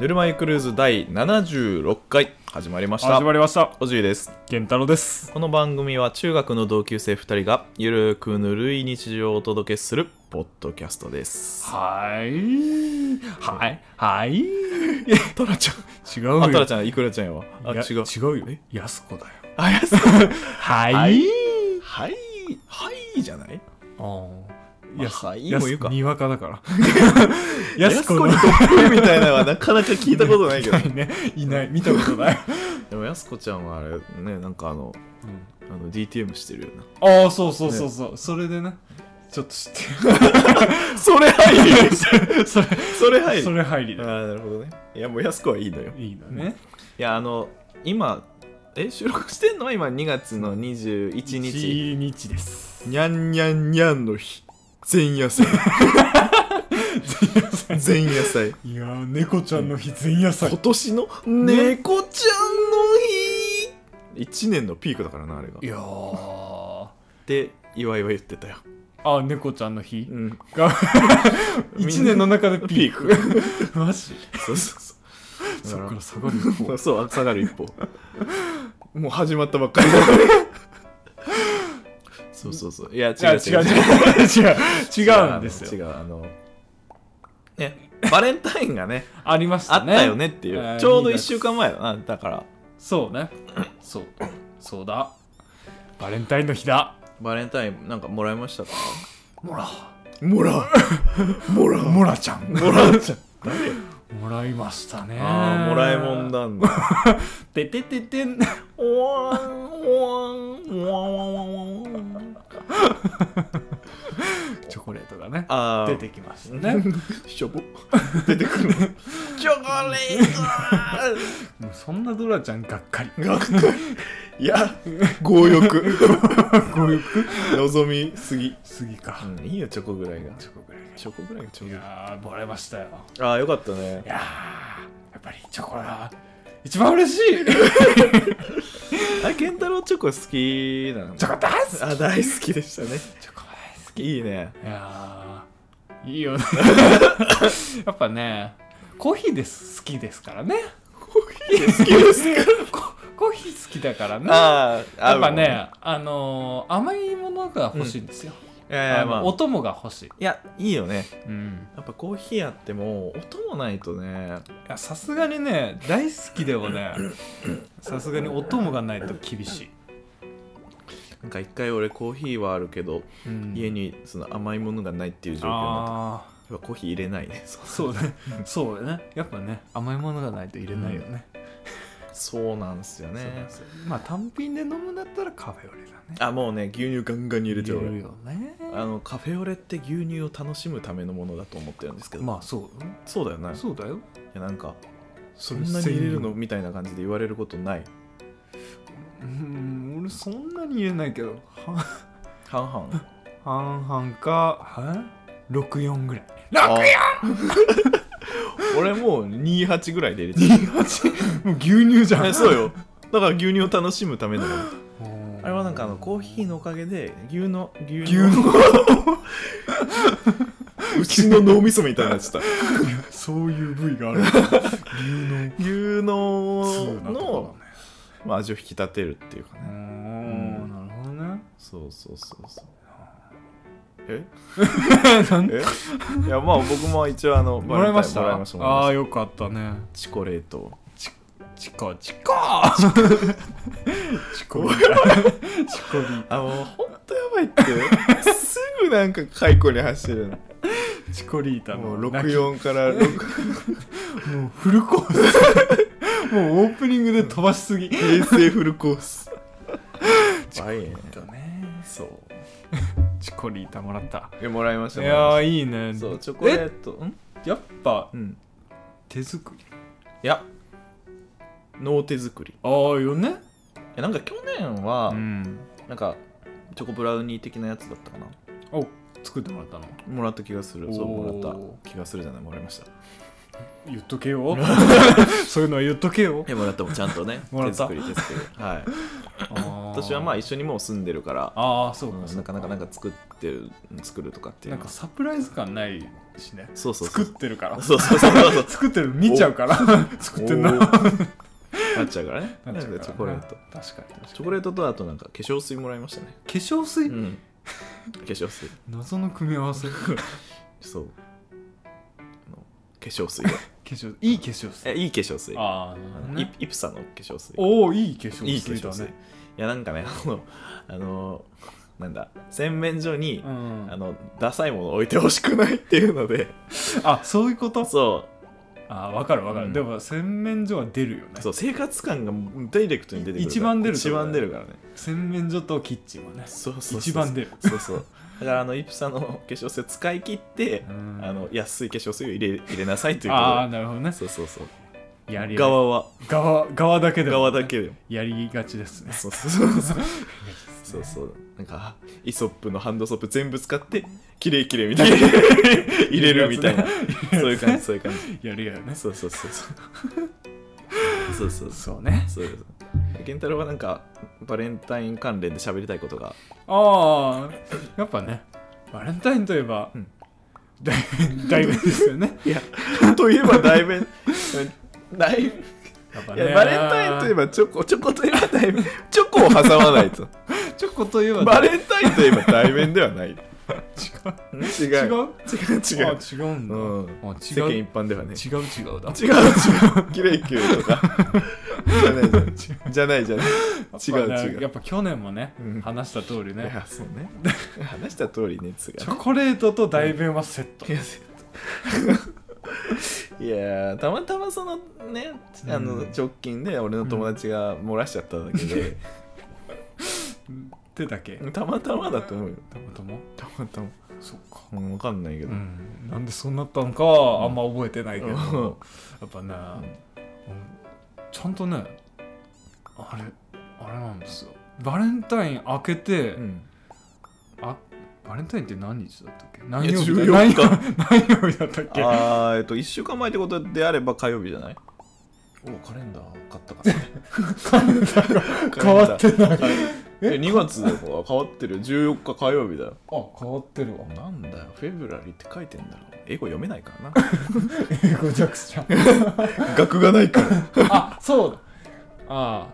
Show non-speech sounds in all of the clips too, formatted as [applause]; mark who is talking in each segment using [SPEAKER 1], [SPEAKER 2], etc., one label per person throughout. [SPEAKER 1] ぬるま湯クルーズ第76回始まりました
[SPEAKER 2] 始まりました
[SPEAKER 1] おじいです
[SPEAKER 2] 健太郎です
[SPEAKER 1] この番組は中学の同級生2人がゆるくぬるい日常をお届けするポッドキャストです
[SPEAKER 2] はいはいはい
[SPEAKER 1] トラちゃん
[SPEAKER 2] 違うよ
[SPEAKER 1] あトラちゃんいくらちゃんやわあ
[SPEAKER 2] いや
[SPEAKER 1] 違う
[SPEAKER 2] 違うよねやす子だよ
[SPEAKER 1] あやす
[SPEAKER 2] はい
[SPEAKER 1] はいはいはいじゃない
[SPEAKER 2] うん
[SPEAKER 1] まあはいも言うか
[SPEAKER 2] にわかだから
[SPEAKER 1] [laughs] や
[SPEAKER 2] や
[SPEAKER 1] す
[SPEAKER 2] す
[SPEAKER 1] 子
[SPEAKER 2] 子
[SPEAKER 1] に
[SPEAKER 2] の
[SPEAKER 1] とっくりみたいなのはなかなか聞いたことないけど
[SPEAKER 2] ねいない見たことない
[SPEAKER 1] [laughs] でもやす子ちゃんはあれねなんかあのあの DTM してるよな
[SPEAKER 2] ああそうそうそうそうそれでねちょっと知って
[SPEAKER 1] [laughs] それ入り
[SPEAKER 2] るそれ
[SPEAKER 1] [laughs] それ入り
[SPEAKER 2] それ入り
[SPEAKER 1] ああ
[SPEAKER 2] だ
[SPEAKER 1] なるほどねいやもうやす子はいいのよ
[SPEAKER 2] いいだね
[SPEAKER 1] いやあの今え収録してんの今2月の21日
[SPEAKER 2] 一日です
[SPEAKER 1] にゃんにゃんにゃんの日前夜祭 [laughs] 前夜祭
[SPEAKER 2] いやー猫ちゃんの日前夜祭
[SPEAKER 1] 今年の猫ちゃんの日1年のピークだからなあれが
[SPEAKER 2] いやー
[SPEAKER 1] で岩井は言ってたよ、
[SPEAKER 2] あ猫ちゃんの日
[SPEAKER 1] うん、
[SPEAKER 2] が一年の中でピーク [laughs] マジ
[SPEAKER 1] そうそうそう
[SPEAKER 2] そっ
[SPEAKER 1] だ
[SPEAKER 2] か
[SPEAKER 1] から
[SPEAKER 2] 下がる一方
[SPEAKER 1] らそう下がる一方もう始まったばっかりそうそうそういや違
[SPEAKER 2] いや
[SPEAKER 1] う
[SPEAKER 2] [laughs] 違う違う違う違うんですよ
[SPEAKER 1] 違うあのねバレンタインがね
[SPEAKER 2] ありまし
[SPEAKER 1] あ
[SPEAKER 2] た
[SPEAKER 1] っ
[SPEAKER 2] ね
[SPEAKER 1] たよねっていう、
[SPEAKER 2] えー
[SPEAKER 1] ちょうど
[SPEAKER 2] 2
[SPEAKER 1] 1
[SPEAKER 2] 月
[SPEAKER 1] 週間前だなだから
[SPEAKER 2] そうねそうそうだバレンタインの日だ
[SPEAKER 1] バレンタインなんかもらいましたか
[SPEAKER 2] もら
[SPEAKER 1] もらもら
[SPEAKER 2] もらちゃん
[SPEAKER 1] もらちゃん
[SPEAKER 2] もらいましたね
[SPEAKER 1] ああもらいもんなんだ
[SPEAKER 2] ててててん
[SPEAKER 1] おわんおわんおわんおわんおわん
[SPEAKER 2] チョコレートがね
[SPEAKER 1] ああ
[SPEAKER 2] 出てきましたね
[SPEAKER 1] しょぼ出てくるのチョコレー
[SPEAKER 2] もうそんなドラちゃんがっかり
[SPEAKER 1] トがいや強欲
[SPEAKER 2] 強欲
[SPEAKER 1] 望みすぎ、
[SPEAKER 2] すぎか
[SPEAKER 1] うん、いいよチョコぐらいが
[SPEAKER 2] チョコぐらいが
[SPEAKER 1] チョコぐらいがちょう
[SPEAKER 2] い
[SPEAKER 1] どいい
[SPEAKER 2] やーバレましたよ
[SPEAKER 1] ああよかったね
[SPEAKER 2] いやーやっぱりチョコラ一番嬉しい
[SPEAKER 1] あれ健太郎チョコ好きなの
[SPEAKER 2] チョコ大好き
[SPEAKER 1] あ大好きでしたね
[SPEAKER 2] チョコ大
[SPEAKER 1] いいね
[SPEAKER 2] 好きいやーい
[SPEAKER 1] [laughs]
[SPEAKER 2] いよねやっぱねコーヒーです好きですからね
[SPEAKER 1] コーヒー好きですか
[SPEAKER 2] [laughs] ココーヒー好きだからね
[SPEAKER 1] ああ
[SPEAKER 2] やっぱねあのー甘いものが欲しいんですよ、
[SPEAKER 1] いやいや
[SPEAKER 2] あの
[SPEAKER 1] まあ
[SPEAKER 2] お供が欲しい
[SPEAKER 1] いやいいよね
[SPEAKER 2] うん
[SPEAKER 1] やっぱコーヒーあっても音もないとね
[SPEAKER 2] いやさすがにね大好きでもねさすがにお供がないと厳しい、
[SPEAKER 1] なんか一回俺コーヒーはあるけど、
[SPEAKER 2] うん
[SPEAKER 1] 家にその甘いものがないっていう状況になった
[SPEAKER 2] ああ
[SPEAKER 1] やっぱコーヒー入れないね [laughs] そう
[SPEAKER 2] そうね、そうだね。やっぱね、甘いものがないと入れないよね。
[SPEAKER 1] そうなんすよ
[SPEAKER 2] そうなん
[SPEAKER 1] ね
[SPEAKER 2] ですよまあ単品で飲むんだったらカフェオレだね。
[SPEAKER 1] あもうね牛乳ガンガンに入れちゃう
[SPEAKER 2] る
[SPEAKER 1] 俺
[SPEAKER 2] よね。
[SPEAKER 1] あのカフェオレって牛乳を楽しむためのものだと思ってるんですけど、
[SPEAKER 2] まあそう、
[SPEAKER 1] そうだよね
[SPEAKER 2] そうだよ。
[SPEAKER 1] いやなんかそ
[SPEAKER 2] そ
[SPEAKER 1] んなに入れるのみたいな感じで言われることない
[SPEAKER 2] うん、俺そんなに入れないけど、は
[SPEAKER 1] 半々
[SPEAKER 2] 半々か、は六四ぐらい。
[SPEAKER 1] あ [laughs] 俺もう28ぐらいで入れちゃ
[SPEAKER 2] 二八、もう牛乳じゃ
[SPEAKER 1] う
[SPEAKER 2] ん。
[SPEAKER 1] えそうよだから牛乳を楽しむためのもの
[SPEAKER 2] うん。
[SPEAKER 1] あれはなんかあのコーヒーのおかげで牛の牛
[SPEAKER 2] 牛の
[SPEAKER 1] 牛の脳みそみたいになっちゃった
[SPEAKER 2] そういう部位があ [laughs] る。牛
[SPEAKER 1] 牛
[SPEAKER 2] の
[SPEAKER 1] の
[SPEAKER 2] 通なとこ
[SPEAKER 1] の、
[SPEAKER 2] だね。
[SPEAKER 1] まあ、味を引き立てるっていうか
[SPEAKER 2] う
[SPEAKER 1] ね
[SPEAKER 2] ーん、なるほどね。
[SPEAKER 1] そうそうそうそう [laughs] え
[SPEAKER 2] なん
[SPEAKER 1] えいやまあ僕も一応あの
[SPEAKER 2] もらいました
[SPEAKER 1] バレンタインもらいましたもらいま
[SPEAKER 2] あ
[SPEAKER 1] し
[SPEAKER 2] あよかったね
[SPEAKER 1] たチコレート
[SPEAKER 2] チコチコ [laughs] チコリチコリ
[SPEAKER 1] あもうほんとやばいって [laughs] すぐなんか解雇に走るの
[SPEAKER 2] チコリータ
[SPEAKER 1] も
[SPEAKER 2] の
[SPEAKER 1] う
[SPEAKER 2] 泣き
[SPEAKER 1] 64から6
[SPEAKER 2] もうフルコース [laughs] もうオープニングで飛ばし [laughs] すぎ
[SPEAKER 1] 平成フルコー [laughs] スはいねそう
[SPEAKER 2] チコリータもらった
[SPEAKER 1] えもらいまし
[SPEAKER 2] い
[SPEAKER 1] たもらいま
[SPEAKER 2] や
[SPEAKER 1] した
[SPEAKER 2] ーいいね
[SPEAKER 1] そうチョコレートん
[SPEAKER 2] えやっぱ
[SPEAKER 1] うん
[SPEAKER 2] 手作り
[SPEAKER 1] いや脳手作り
[SPEAKER 2] ああよね
[SPEAKER 1] えなんか去年は、
[SPEAKER 2] ん
[SPEAKER 1] なんかチョコブラウニー的なやつだったかな
[SPEAKER 2] お作ってもらったの
[SPEAKER 1] もらった気がするそう
[SPEAKER 2] おー
[SPEAKER 1] もらった気がするじゃないもらいました
[SPEAKER 2] 言っとけよ [laughs] そういうのは言っとけよ
[SPEAKER 1] [laughs] えもらったもんちゃんとね
[SPEAKER 2] もらった
[SPEAKER 1] 手作り手作りはい私はまあ
[SPEAKER 2] あー
[SPEAKER 1] 一緒にもう住んでるから
[SPEAKER 2] あーそうか、
[SPEAKER 1] うん
[SPEAKER 2] そう
[SPEAKER 1] なかなかなんか作ってる作るとかっていう
[SPEAKER 2] なん
[SPEAKER 1] のは
[SPEAKER 2] かサプライズ感ないしね
[SPEAKER 1] そうそうそ
[SPEAKER 2] 作
[SPEAKER 1] う
[SPEAKER 2] ってるから
[SPEAKER 1] そうそうそうそうそう
[SPEAKER 2] 作ってるの見ちゃうから [laughs] 作ってんな
[SPEAKER 1] おーなっちゃうからね
[SPEAKER 2] なっちゃうからね
[SPEAKER 1] チョコレート
[SPEAKER 2] 確かに確かに
[SPEAKER 1] チョコレートとあとなんか化粧水もらいましたね、
[SPEAKER 2] 化粧水、
[SPEAKER 1] うん、化粧水
[SPEAKER 2] 謎の組み合わせ化
[SPEAKER 1] そうあの化粧水
[SPEAKER 2] 粧いい化粧水
[SPEAKER 1] えいい化粧水
[SPEAKER 2] あ
[SPEAKER 1] あ
[SPEAKER 2] あ、
[SPEAKER 1] の
[SPEAKER 2] ね、
[SPEAKER 1] イイプサの化粧水
[SPEAKER 2] おおいい化粧
[SPEAKER 1] いい化
[SPEAKER 2] 水
[SPEAKER 1] 粧
[SPEAKER 2] だ
[SPEAKER 1] 水い
[SPEAKER 2] ね
[SPEAKER 1] やなんかね [laughs] あのあのなんだ洗面所に、
[SPEAKER 2] うん
[SPEAKER 1] あのダサいもの置いてほしくないっていうので
[SPEAKER 2] あそういうこと
[SPEAKER 1] そ
[SPEAKER 2] あ分かる分かる、
[SPEAKER 1] うん
[SPEAKER 2] でも洗面所は出るよね
[SPEAKER 1] うそう生活感がダイレクトに出てくるから
[SPEAKER 2] 一番出ると
[SPEAKER 1] 一
[SPEAKER 2] こだね
[SPEAKER 1] 番出るからね
[SPEAKER 2] 洗面所とキッチンはね
[SPEAKER 1] そうそうそう
[SPEAKER 2] 一番出る
[SPEAKER 1] そうそうだからあのイプサの化粧水を使い切って、
[SPEAKER 2] うん
[SPEAKER 1] あの安い化粧水を入れ入れなさいというこ
[SPEAKER 2] ああ
[SPEAKER 1] と
[SPEAKER 2] なるほどね
[SPEAKER 1] でそうそうそう
[SPEAKER 2] やり
[SPEAKER 1] 側は
[SPEAKER 2] 側側だけでも
[SPEAKER 1] 側だけでも
[SPEAKER 2] やりがちですね
[SPEAKER 1] そうそうそうそうそうそうなんかイソップのハンドソープ全部使ってキレイキレイみたい
[SPEAKER 2] [laughs]
[SPEAKER 1] に入れるみたいなそういう感じそういう感じ
[SPEAKER 2] [laughs] やるよね
[SPEAKER 1] そうそうそうそうそうそう
[SPEAKER 2] そうね
[SPEAKER 1] そうそう健太郎はなんかバレンタイン関連で喋りたいことが
[SPEAKER 2] ああやっぱねバレンタインといえば、
[SPEAKER 1] うん
[SPEAKER 2] [laughs] だいだいぶですよね
[SPEAKER 1] いやといえばだいぶだいぶ
[SPEAKER 2] やっぱ
[SPEAKER 1] い
[SPEAKER 2] ね
[SPEAKER 1] やバレンタインといえばチョコチョコといえば
[SPEAKER 2] [laughs]
[SPEAKER 1] 代弁チョコを挟まないと
[SPEAKER 2] チョコといえば
[SPEAKER 1] バレンタインといえば代弁ではない違う
[SPEAKER 2] 違
[SPEAKER 1] 違う違う
[SPEAKER 2] う違う
[SPEAKER 1] 違う
[SPEAKER 2] あ違うんだ、
[SPEAKER 1] うん
[SPEAKER 2] あ
[SPEAKER 1] 世間
[SPEAKER 2] 違う違う
[SPEAKER 1] 一般ではね
[SPEAKER 2] 違うだ
[SPEAKER 1] 違う違うキレイキューとかじゃないじゃないじゃないじゃない違う違
[SPEAKER 2] や
[SPEAKER 1] う
[SPEAKER 2] っぱ去年もね、
[SPEAKER 1] うん
[SPEAKER 2] 話した通り
[SPEAKER 1] い
[SPEAKER 2] ね
[SPEAKER 1] やそうね話した通りねつ
[SPEAKER 2] チ
[SPEAKER 1] が
[SPEAKER 2] ョコレートと代弁はセット
[SPEAKER 1] い。やせいやーたまたまそのねあの
[SPEAKER 2] うん
[SPEAKER 1] 直近で俺の友達が漏らしちゃっただけ
[SPEAKER 2] [laughs]
[SPEAKER 1] で、
[SPEAKER 2] ってだけ。
[SPEAKER 1] たまたまだと思うよ
[SPEAKER 2] たまたま
[SPEAKER 1] たまたま
[SPEAKER 2] そっか。
[SPEAKER 1] うん、わかんないけ
[SPEAKER 2] う
[SPEAKER 1] ど、
[SPEAKER 2] ん。なんでそうなったのかはあんま覚えてないけ
[SPEAKER 1] う
[SPEAKER 2] ど、
[SPEAKER 1] ん
[SPEAKER 2] や [laughs] っぱね、うんちゃんとね、あれ、あれなんですよ。バレンタイン開けて、
[SPEAKER 1] うん、
[SPEAKER 2] あバレンタインって何日だったっけ
[SPEAKER 1] い
[SPEAKER 2] 何
[SPEAKER 1] や
[SPEAKER 2] 曜日だ
[SPEAKER 1] 14
[SPEAKER 2] 何
[SPEAKER 1] 日
[SPEAKER 2] 曜 [laughs] 何曜日だったっけ
[SPEAKER 1] あーえっと1週間前ってことであれば火曜日じゃないおカレンダー買ったから
[SPEAKER 2] [laughs] [laughs] 変わってない。え
[SPEAKER 1] え2月だから変わってる14日火曜日だよ
[SPEAKER 2] あ、変わって [laughs] るわ。
[SPEAKER 1] なんだよフェブラリーって書いてんだろ英語読めないからな [laughs]
[SPEAKER 2] 英語弱者。
[SPEAKER 1] 学がないから
[SPEAKER 2] あ、そうだ。ああ。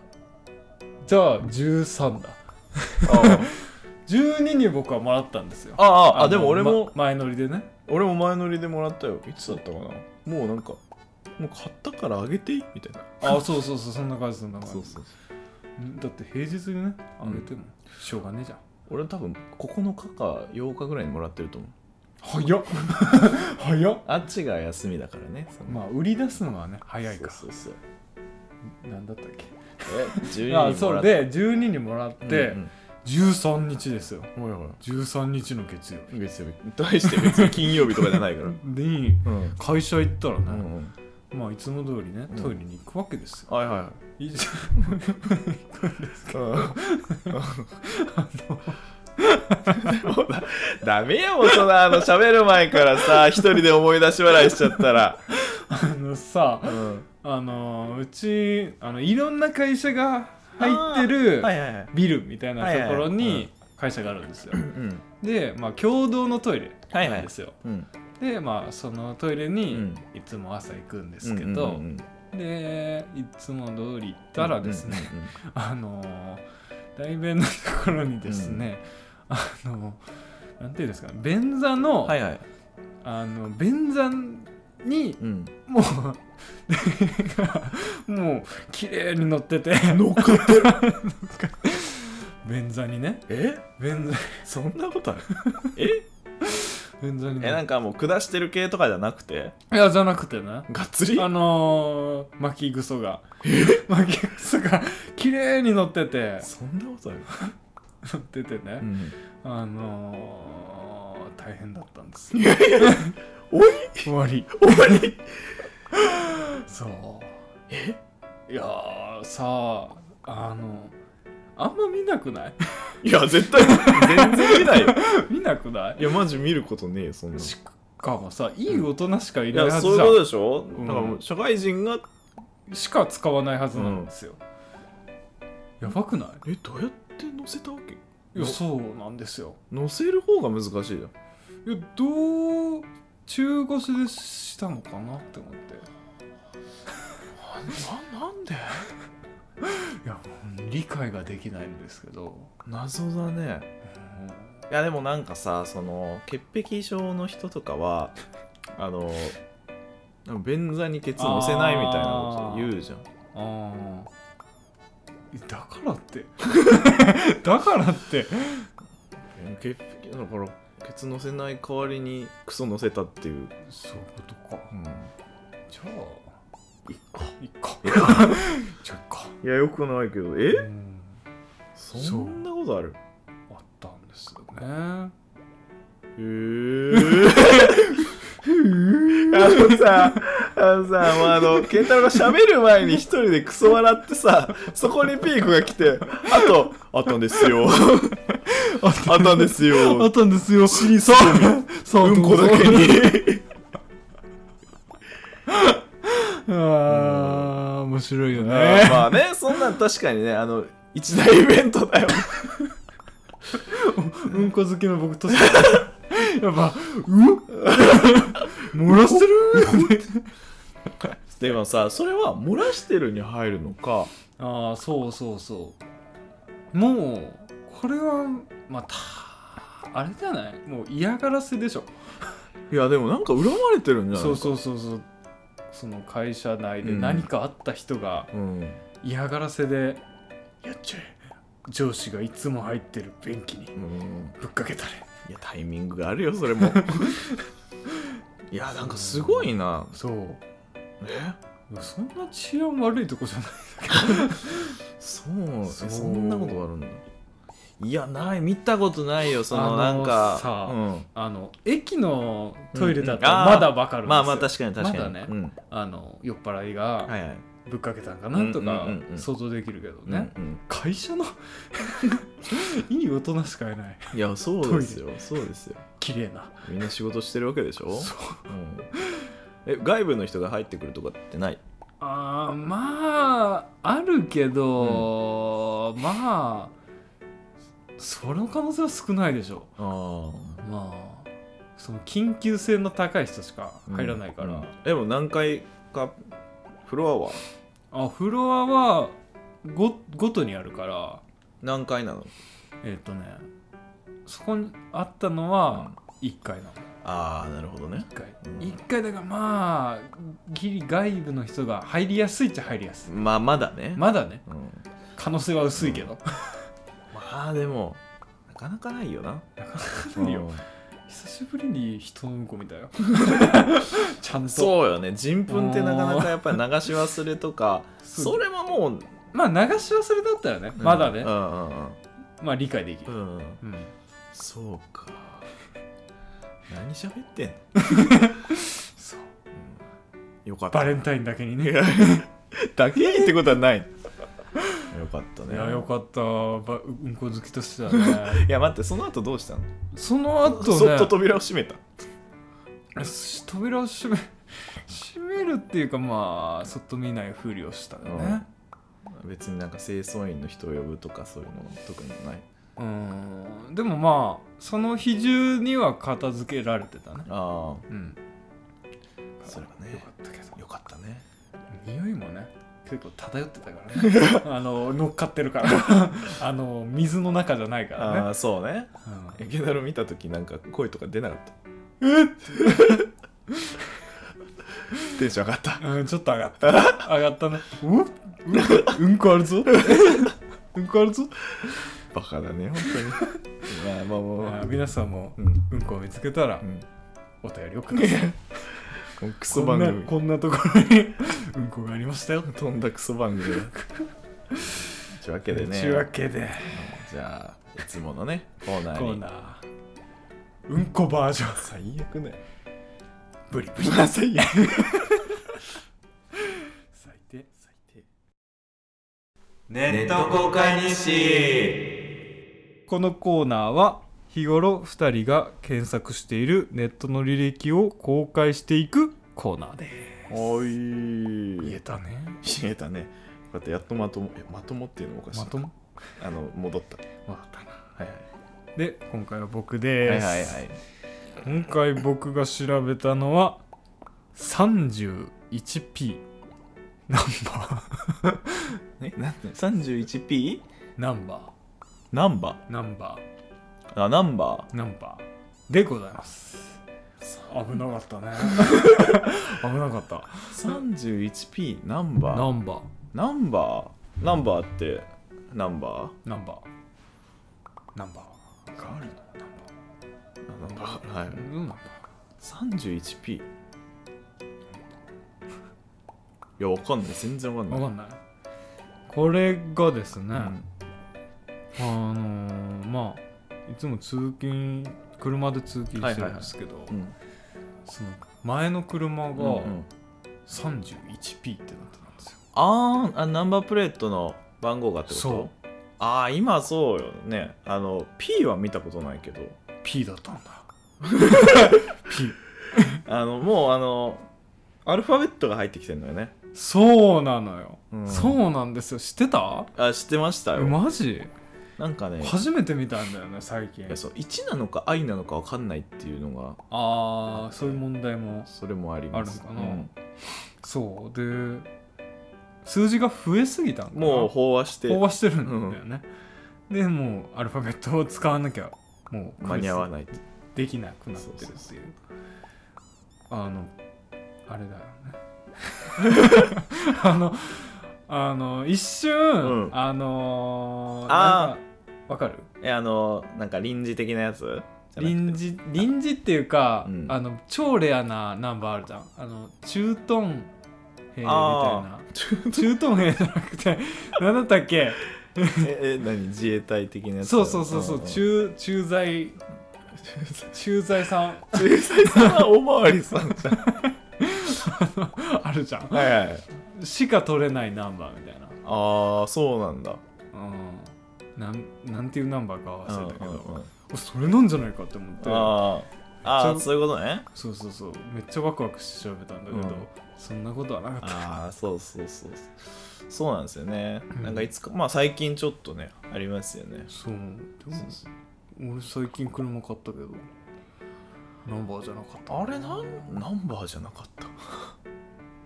[SPEAKER 2] じゃあ、13だ。
[SPEAKER 1] あ
[SPEAKER 2] 12に僕はもらったんですよ
[SPEAKER 1] あああ
[SPEAKER 2] の
[SPEAKER 1] でも俺も、
[SPEAKER 2] ま前乗りでね
[SPEAKER 1] 俺も前乗りでもらったよいつだったかなもうなんかもう買ったからあげていいみたいな
[SPEAKER 2] あそうそうそうそんな感じそんな感じ
[SPEAKER 1] そう
[SPEAKER 2] うんだって平日にねあげてもしょうがねえじゃん
[SPEAKER 1] 俺多分9日か8日ぐらいにもらってると思う
[SPEAKER 2] 早っ [laughs] 早っ
[SPEAKER 1] あっちが休みだからねその
[SPEAKER 2] まあ売り出すのはね早いか
[SPEAKER 1] そうそうそう
[SPEAKER 2] なんだったっけ
[SPEAKER 1] え12にもら
[SPEAKER 2] あ
[SPEAKER 1] っ
[SPEAKER 2] そうで12にもらって、
[SPEAKER 1] うん
[SPEAKER 2] 13日ですよ
[SPEAKER 1] うん、ほらほら
[SPEAKER 2] 13日の月曜
[SPEAKER 1] 別に大して別に金曜日とかじゃないから
[SPEAKER 2] 日に
[SPEAKER 1] うん
[SPEAKER 2] 会社行ったらね
[SPEAKER 1] う、んうん
[SPEAKER 2] まあいつも通りね
[SPEAKER 1] うん
[SPEAKER 2] トイレに行くわけですよ、
[SPEAKER 1] はいはいはい
[SPEAKER 2] いいじゃん
[SPEAKER 1] もうだダメよもうそのあの喋る前からさ一人で思い出し笑いしちゃったら、
[SPEAKER 2] あのさ
[SPEAKER 1] うん、
[SPEAKER 2] あのーうちあのいろんな会社が入ってる
[SPEAKER 1] はいはいはい、
[SPEAKER 2] ビルみたいなところ
[SPEAKER 1] はいはいはいう
[SPEAKER 2] に会社があるんですよ
[SPEAKER 1] うん
[SPEAKER 2] でまあ共同のトイレ
[SPEAKER 1] はいは
[SPEAKER 2] ないんですよ、
[SPEAKER 1] うん、
[SPEAKER 2] でまあそのトイレ
[SPEAKER 1] う
[SPEAKER 2] に
[SPEAKER 1] ん
[SPEAKER 2] いつも朝行くんで
[SPEAKER 1] です
[SPEAKER 2] けど、でいつも通り行ったらですね、、 [laughs] あのー大便のところにですね、あのーなんていうんですか便座の、
[SPEAKER 1] はいはい、
[SPEAKER 2] あの便座に
[SPEAKER 1] うん、
[SPEAKER 2] もうもう [laughs] 綺麗に乗ってて
[SPEAKER 1] 乗っか
[SPEAKER 2] [laughs]
[SPEAKER 1] ってる
[SPEAKER 2] 便座にね
[SPEAKER 1] え
[SPEAKER 2] 便座
[SPEAKER 1] [laughs] そんなことあるえ
[SPEAKER 2] 便座に
[SPEAKER 1] え
[SPEAKER 2] ね
[SPEAKER 1] なんかもう下してる系とかじゃなくて
[SPEAKER 2] いやじゃなくてね
[SPEAKER 1] がっつり
[SPEAKER 2] あのー、巻きぐそが巻きぐそが綺麗に乗ってて
[SPEAKER 1] そんなことある、
[SPEAKER 2] 乗っててね、
[SPEAKER 1] ん、
[SPEAKER 2] あのー、大変だったんですよ
[SPEAKER 1] いやいやおい
[SPEAKER 2] 終わり
[SPEAKER 1] おい
[SPEAKER 2] [laughs] そうえいやーさああのあんま見なくない [laughs]
[SPEAKER 1] いや絶対全然見ないよ
[SPEAKER 2] 見なくない
[SPEAKER 1] いやマジ見ることねえよそんなの
[SPEAKER 2] しかもさいい大人しかい
[SPEAKER 1] い
[SPEAKER 2] ない
[SPEAKER 1] や
[SPEAKER 2] は
[SPEAKER 1] そうい
[SPEAKER 2] ず
[SPEAKER 1] う
[SPEAKER 2] じ
[SPEAKER 1] こ
[SPEAKER 2] ゃん
[SPEAKER 1] とでしょ、
[SPEAKER 2] ん
[SPEAKER 1] だからもう社会人が
[SPEAKER 2] しか使わないはずなんですよ、やばくない
[SPEAKER 1] えどうやって乗せたわけ
[SPEAKER 2] いやそうなんですよ
[SPEAKER 1] 乗せる方が難しいよ
[SPEAKER 2] いやどう中腰でしたのかなって思って
[SPEAKER 1] ななんで
[SPEAKER 2] いやもう理解ができないんですけど、
[SPEAKER 1] 謎だねいやでもなんかさその潔癖症の人とかはあのなんか便座にケツ乗せないみたいなこと言うじゃん
[SPEAKER 2] ああだからって [laughs] だからって
[SPEAKER 1] 潔癖だからケツ乗せない代わりにクソ乗せたっていう、
[SPEAKER 2] そういうことかじゃあ
[SPEAKER 1] いっか
[SPEAKER 2] いっ [laughs] かじゃあいっか
[SPEAKER 1] いやよくないけどえ
[SPEAKER 2] うん
[SPEAKER 1] そんなことある
[SPEAKER 2] あったんですよね
[SPEAKER 1] へえあのさあのさもうあの健太郎が喋る前に一人でクソ笑ってさそこにピークが来てあとあったんですよ
[SPEAKER 2] あっ
[SPEAKER 1] あったんですよ
[SPEAKER 2] たんですよ死にそうそう
[SPEAKER 1] うんこだけ
[SPEAKER 2] [laughs]
[SPEAKER 1] に
[SPEAKER 2] ああ面白いよ
[SPEAKER 1] あー
[SPEAKER 2] ね
[SPEAKER 1] まあねそんなん確かにねあの一大イベントだよ
[SPEAKER 2] うんこ好きの僕としては [laughs] やっぱうわ漏らしてる
[SPEAKER 1] でもさそれは漏らしてるに入るのか
[SPEAKER 2] ああそうそうそうもうこれはまあたあれじゃないもう嫌がらせでしょ
[SPEAKER 1] いやでもなんか恨まれてるんじゃない
[SPEAKER 2] そうそううそうそうその会社内で
[SPEAKER 1] うん
[SPEAKER 2] 何かあった人が
[SPEAKER 1] うん
[SPEAKER 2] 嫌がらせで
[SPEAKER 1] やっちゃえ
[SPEAKER 2] 上司がいつも入ってる便器に
[SPEAKER 1] うん
[SPEAKER 2] ぶっかけたれ
[SPEAKER 1] いやタイミングがあるよそ [laughs] れもいやなんかすごいな
[SPEAKER 2] そう
[SPEAKER 1] え
[SPEAKER 2] いやそんな治安悪いとこじゃない
[SPEAKER 1] そう
[SPEAKER 2] そ
[SPEAKER 1] そううんなことあるんだいやない見たことないよその
[SPEAKER 2] あ
[SPEAKER 1] な
[SPEAKER 2] の
[SPEAKER 1] んか
[SPEAKER 2] さ
[SPEAKER 1] うん
[SPEAKER 2] あの駅のトイレだった
[SPEAKER 1] うんうんあ
[SPEAKER 2] ら
[SPEAKER 1] ー
[SPEAKER 2] まだわかるんですよ、
[SPEAKER 1] まあまあ確かに確かに
[SPEAKER 2] まだね
[SPEAKER 1] うん
[SPEAKER 2] あの酔っ払いが
[SPEAKER 1] はいはい
[SPEAKER 2] ぶっかけたんかなとか
[SPEAKER 1] うんうんうんうん
[SPEAKER 2] 想像できるけどね、
[SPEAKER 1] うん
[SPEAKER 2] 会社の [laughs] いい大人しかいない
[SPEAKER 1] うんいやそうですよそうですよ
[SPEAKER 2] 綺麗な
[SPEAKER 1] みんな仕事してるわけでしょ
[SPEAKER 2] そう
[SPEAKER 1] うんえ外部の人が入ってくるとかってない
[SPEAKER 2] あーまああるけど、まあその可能性は少ないでしょ
[SPEAKER 1] あ
[SPEAKER 2] うまあその緊急性の高い人しか
[SPEAKER 1] あ
[SPEAKER 2] 入らないから、
[SPEAKER 1] でも何回かフロアは
[SPEAKER 2] あフロアはごごとにあるから
[SPEAKER 1] 何回なの
[SPEAKER 2] えっ、とねそこにあったのは1階なの
[SPEAKER 1] ああなるほどね
[SPEAKER 2] 1階、
[SPEAKER 1] うん
[SPEAKER 2] 1階だからまあギリ外部の人が入りやすいっちゃ入りやすい
[SPEAKER 1] まあまだね
[SPEAKER 2] まだね
[SPEAKER 1] うん
[SPEAKER 2] 可能性は薄いけど、
[SPEAKER 1] まあでもなかなかないよな
[SPEAKER 2] なかなかないよ [laughs] 久しぶりに人のうんこ見
[SPEAKER 1] [laughs]
[SPEAKER 2] たよちゃんと
[SPEAKER 1] そうよね人糞ってなかなかやっぱり流し忘れとか
[SPEAKER 2] [laughs] そう
[SPEAKER 1] それはもう
[SPEAKER 2] まあ流し忘れだったらね、まだね、
[SPEAKER 1] うんうんうん
[SPEAKER 2] まあ理解でき
[SPEAKER 1] う
[SPEAKER 2] る、
[SPEAKER 1] んうん
[SPEAKER 2] うん
[SPEAKER 1] そうか何喋ってんの
[SPEAKER 2] そう
[SPEAKER 1] よかった
[SPEAKER 2] バレンタインだけにね
[SPEAKER 1] [laughs] だけってことはないよかった
[SPEAKER 2] い
[SPEAKER 1] ね
[SPEAKER 2] やよかったばうんこ好きとしてはね
[SPEAKER 1] いや待ってその後どうしたの
[SPEAKER 2] その後ね
[SPEAKER 1] そっと扉を閉めた
[SPEAKER 2] し扉を閉め [laughs] 閉めるっていうかまあそっと見ないふりをしたよね
[SPEAKER 1] 別になんか清掃員の人を呼ぶとかそういうのも特にない
[SPEAKER 2] うんでもまあその日中には片付けられてたね
[SPEAKER 1] あ
[SPEAKER 2] うん
[SPEAKER 1] あそれは
[SPEAKER 2] よ
[SPEAKER 1] ね
[SPEAKER 2] かったけど
[SPEAKER 1] よかったね
[SPEAKER 2] 匂いもね結構漂ってた [laughs] からねあの乗っかってる [laughs] からあの水の中じゃないから
[SPEAKER 1] あ
[SPEAKER 2] ね
[SPEAKER 1] あそうね
[SPEAKER 2] うん
[SPEAKER 1] 池田の見た時なんか声とか出なかったテンション上がった
[SPEAKER 2] うん、ちょっと上が [laughs] った。上がったね。うううんこあるぞ。うんこあるぞ。
[SPEAKER 1] バカだね本当にまあまあ
[SPEAKER 2] あ
[SPEAKER 1] まあまあ
[SPEAKER 2] ー皆さんも
[SPEAKER 1] うん
[SPEAKER 2] うんこを見つけたら
[SPEAKER 1] うん
[SPEAKER 2] お便りをください。
[SPEAKER 1] このクソ
[SPEAKER 2] こん
[SPEAKER 1] 番
[SPEAKER 2] な
[SPEAKER 1] 組
[SPEAKER 2] こんなところに [laughs] うんこがありましたよ。
[SPEAKER 1] 飛んだクソ番組だというわけでね
[SPEAKER 2] というわけで、
[SPEAKER 1] じゃあいつものねコーナー
[SPEAKER 2] コ
[SPEAKER 1] に
[SPEAKER 2] ーナー。うんこバージョン。
[SPEAKER 1] 最悪ね
[SPEAKER 2] ブリブリ。
[SPEAKER 1] 最悪
[SPEAKER 2] 最低。最低。
[SPEAKER 1] ネット公開日誌
[SPEAKER 2] このコーナーは日頃2人が検索しているネットの履歴を公開していくコーナーで
[SPEAKER 1] おい
[SPEAKER 2] 言えたね。
[SPEAKER 1] 言えたねだってやっとまともえまともっていうのもおかしい
[SPEAKER 2] まとも
[SPEAKER 1] あの戻った
[SPEAKER 2] わかったな
[SPEAKER 1] はい
[SPEAKER 2] で今回は僕
[SPEAKER 1] はいは
[SPEAKER 2] で
[SPEAKER 1] い
[SPEAKER 2] す、
[SPEAKER 1] はいはい
[SPEAKER 2] 今回僕が調べたのは 31P ナン [laughs] バー
[SPEAKER 1] えなんて 31P?
[SPEAKER 2] ナンバ
[SPEAKER 1] ナンバ
[SPEAKER 2] ーナンバ
[SPEAKER 1] ーあナンバ
[SPEAKER 2] ーナンバーでございます危なかったね [laughs] 危なかった
[SPEAKER 1] ー 31P ナンバー
[SPEAKER 2] ナンバー
[SPEAKER 1] ナンバーナンバーってナンバー
[SPEAKER 2] ナンバーナンバ
[SPEAKER 1] ガールナンバーは
[SPEAKER 2] ー
[SPEAKER 1] い
[SPEAKER 2] うんナンバ
[SPEAKER 1] 31P いやわかんない全然わかんな
[SPEAKER 2] ー
[SPEAKER 1] い
[SPEAKER 2] わかんないこれがですね、
[SPEAKER 1] うん
[SPEAKER 2] あのーまあいつも通勤車で通勤してるんですけど、
[SPEAKER 1] うん
[SPEAKER 2] その前の車が
[SPEAKER 1] うんうん
[SPEAKER 2] 31P ってなってたんですよ、
[SPEAKER 1] あーあナンバープレートの番号がってこと
[SPEAKER 2] そう
[SPEAKER 1] ああ今そうよねあの P は見たことないけど
[SPEAKER 2] P だったんだ P
[SPEAKER 1] あのもうあのアルファベットが入ってきてるのよね
[SPEAKER 2] そうなのよ、
[SPEAKER 1] うん
[SPEAKER 2] そうなんですよ知ってた
[SPEAKER 1] あ知ってました
[SPEAKER 2] え
[SPEAKER 1] よ
[SPEAKER 2] マジ
[SPEAKER 1] なんかね
[SPEAKER 2] 初めて見たんだよね最近
[SPEAKER 1] いやそう1なのか I なのかわかんないっていうのが
[SPEAKER 2] ああそういう問題も
[SPEAKER 1] それもあります
[SPEAKER 2] あるのかなそうで数字が増えすぎたんだ
[SPEAKER 1] うん
[SPEAKER 2] な
[SPEAKER 1] もう飽和して
[SPEAKER 2] 飽和してるんだよね、でもうアルファベットを使わなきゃもう
[SPEAKER 1] 間に合わ
[SPEAKER 2] い
[SPEAKER 1] ないって
[SPEAKER 2] できなくなってる
[SPEAKER 1] そう
[SPEAKER 2] っていうあのあれだよね [laughs] あのあの一瞬、
[SPEAKER 1] うん
[SPEAKER 2] あのー、
[SPEAKER 1] あー
[SPEAKER 2] なんかわかる
[SPEAKER 1] えあのなんか臨時的なやつじゃなくて
[SPEAKER 2] 臨時臨時っていうか、
[SPEAKER 1] うん
[SPEAKER 2] あの超レアなナンバーあるじゃんあの中トン兵みたい
[SPEAKER 1] あ
[SPEAKER 2] な [laughs] 中トン兵じゃなくて何だったっけ
[SPEAKER 1] ええ何自衛隊的なやつ
[SPEAKER 2] そうそうそうそう、
[SPEAKER 1] んん
[SPEAKER 2] 駐駐在駐在さん
[SPEAKER 1] 駐在さんは [laughs] おまわりさんじゃん
[SPEAKER 2] あるじゃん
[SPEAKER 1] はいはい
[SPEAKER 2] しか取れないナンバーみたいな
[SPEAKER 1] ああそうなんだ
[SPEAKER 2] うんなんなんていうナンバーかは忘れたけど、
[SPEAKER 1] うんうんうん
[SPEAKER 2] おそれなんじゃないかって思って
[SPEAKER 1] あーあー
[SPEAKER 2] ちょ
[SPEAKER 1] そういうことね
[SPEAKER 2] そうそうそうめっちゃワクワクして調べたんだけど、
[SPEAKER 1] うん
[SPEAKER 2] そんなことはなかっ
[SPEAKER 1] ああそうそうそうそうなんですよね、なんかいつかまあ最近ちょっとねありますよね
[SPEAKER 2] たそうでも
[SPEAKER 1] そうそう
[SPEAKER 2] 俺最近車買ったけどナンバーじゃなかった
[SPEAKER 1] あれなんナンバーじゃなかっ
[SPEAKER 2] [laughs]
[SPEAKER 1] た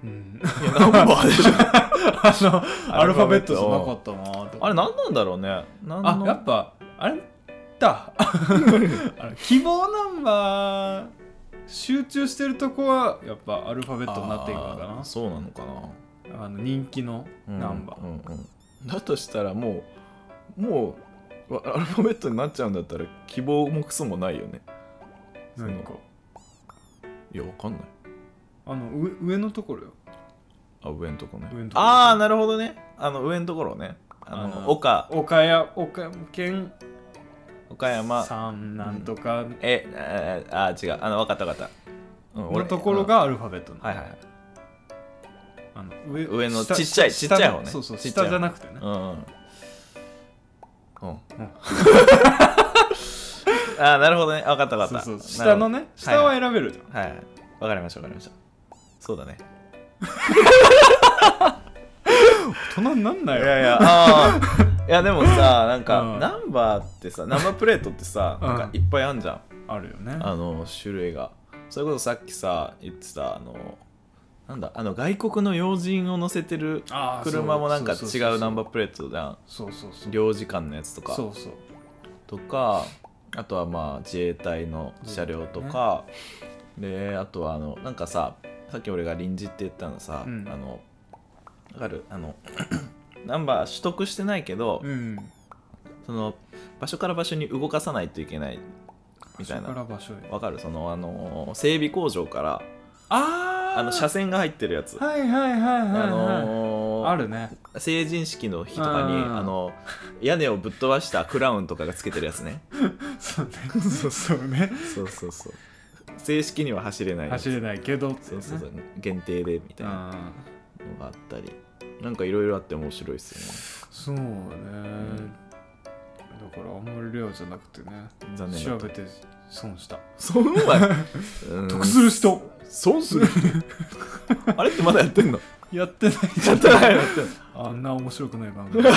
[SPEAKER 2] うん [laughs]
[SPEAKER 1] いやナンバーでしょ
[SPEAKER 2] あのア
[SPEAKER 1] ア
[SPEAKER 2] ル
[SPEAKER 1] ル
[SPEAKER 2] フ
[SPEAKER 1] フ
[SPEAKER 2] ァ
[SPEAKER 1] ァ
[SPEAKER 2] ベ
[SPEAKER 1] ベ
[SPEAKER 2] ッ
[SPEAKER 1] ッ
[SPEAKER 2] ト
[SPEAKER 1] ト
[SPEAKER 2] じゃなかったなーって
[SPEAKER 1] あれ何なんだろうね何
[SPEAKER 2] あ
[SPEAKER 1] の
[SPEAKER 2] やっぱあれ
[SPEAKER 1] [laughs]
[SPEAKER 2] だあの希望ナンバー集中してるとこはやっぱアルファベットになっていくの
[SPEAKER 1] あー
[SPEAKER 2] か
[SPEAKER 1] そうなのかな
[SPEAKER 2] なあの人気のナンバー、
[SPEAKER 1] うんうんうんだとしたらもうもうわアルファベットになっちゃうんだったら希望もクソもないよねうん
[SPEAKER 2] 何か
[SPEAKER 1] いやわかんない
[SPEAKER 2] あの上上のところよ
[SPEAKER 1] あ上のとこね
[SPEAKER 2] 上のとこ
[SPEAKER 1] ああなるほどねあの上のところねあ
[SPEAKER 2] あ
[SPEAKER 1] の
[SPEAKER 2] の
[SPEAKER 1] 岡
[SPEAKER 2] 岡山岡山県
[SPEAKER 1] 岡山
[SPEAKER 2] 産なんとか
[SPEAKER 1] えええあ違うあの分かった分かった、うん
[SPEAKER 2] のところ、がアルファベットな
[SPEAKER 1] うん
[SPEAKER 2] の
[SPEAKER 1] はいはい
[SPEAKER 2] あの上
[SPEAKER 1] 上の
[SPEAKER 2] 下
[SPEAKER 1] ちっちゃい
[SPEAKER 2] 下
[SPEAKER 1] ちっちゃい方ね
[SPEAKER 2] そうそう
[SPEAKER 1] ちっちゃい方
[SPEAKER 2] 下じゃなくてね
[SPEAKER 1] うんうんうん、
[SPEAKER 2] ん
[SPEAKER 1] [laughs] ああなるほどね分かった分かっ
[SPEAKER 2] そう
[SPEAKER 1] た
[SPEAKER 2] そう下の
[SPEAKER 1] ね
[SPEAKER 2] ね下は選べるじゃん、
[SPEAKER 1] はいはい分かりました分かりましたそうだね
[SPEAKER 2] 大人になんないよ
[SPEAKER 1] やいやあーいやでもさなんか、
[SPEAKER 2] うん
[SPEAKER 1] ナンバーってさナンバープレートってさ、
[SPEAKER 2] うん
[SPEAKER 1] なんかいっぱいあんじゃん
[SPEAKER 2] あるよね
[SPEAKER 1] あの種類がそれこそさっきさ言ってたあのなんだあの外国の要人を乗せてる
[SPEAKER 2] あーそう
[SPEAKER 1] 車もなんか
[SPEAKER 2] そう
[SPEAKER 1] 違
[SPEAKER 2] そうそうそう
[SPEAKER 1] うナンバープレートじゃん
[SPEAKER 2] そうそうそう
[SPEAKER 1] 領事館のやつとか
[SPEAKER 2] そうそう
[SPEAKER 1] とかあとはまあ自衛隊の車両とか、であとはあのなんかささっき俺が臨時って言ったのさ、
[SPEAKER 2] うん
[SPEAKER 1] あのわかるあの [clears throat] ナンバー取得してないけど、
[SPEAKER 2] うん
[SPEAKER 1] その場所から場所に動かさないといけないみたい
[SPEAKER 2] 場所か
[SPEAKER 1] な
[SPEAKER 2] ら場所へ
[SPEAKER 1] わかるそのあの整備工場から
[SPEAKER 2] あー
[SPEAKER 1] あの車線が入ってるやつ、
[SPEAKER 2] はいはいはいはい、はい
[SPEAKER 1] あ
[SPEAKER 2] あ
[SPEAKER 1] のー
[SPEAKER 2] るね
[SPEAKER 1] 成人式の日とかに
[SPEAKER 2] うん
[SPEAKER 1] あの屋根をぶっ飛ばしたクラウンとかがつけてるやつね
[SPEAKER 2] そうね
[SPEAKER 1] [laughs]
[SPEAKER 2] そうそうね
[SPEAKER 1] そうそうそう正式には走れないやつ
[SPEAKER 2] 走れないけどってね
[SPEAKER 1] そうそうそう限定でみたいな
[SPEAKER 2] あ
[SPEAKER 1] のがあったりなんかいろいろあって面白いです
[SPEAKER 2] ーそうね、
[SPEAKER 1] ん
[SPEAKER 2] だからあんまり量じゃなくてね
[SPEAKER 1] よね残念だ
[SPEAKER 2] 調
[SPEAKER 1] った
[SPEAKER 2] べて損した
[SPEAKER 1] そん [laughs] はうん
[SPEAKER 2] 得する人
[SPEAKER 1] 損する [laughs] あれってまだやってんの
[SPEAKER 2] やってない
[SPEAKER 1] やってないやってんの
[SPEAKER 2] あんな面白くない
[SPEAKER 1] [laughs]
[SPEAKER 2] 番組
[SPEAKER 1] 言っ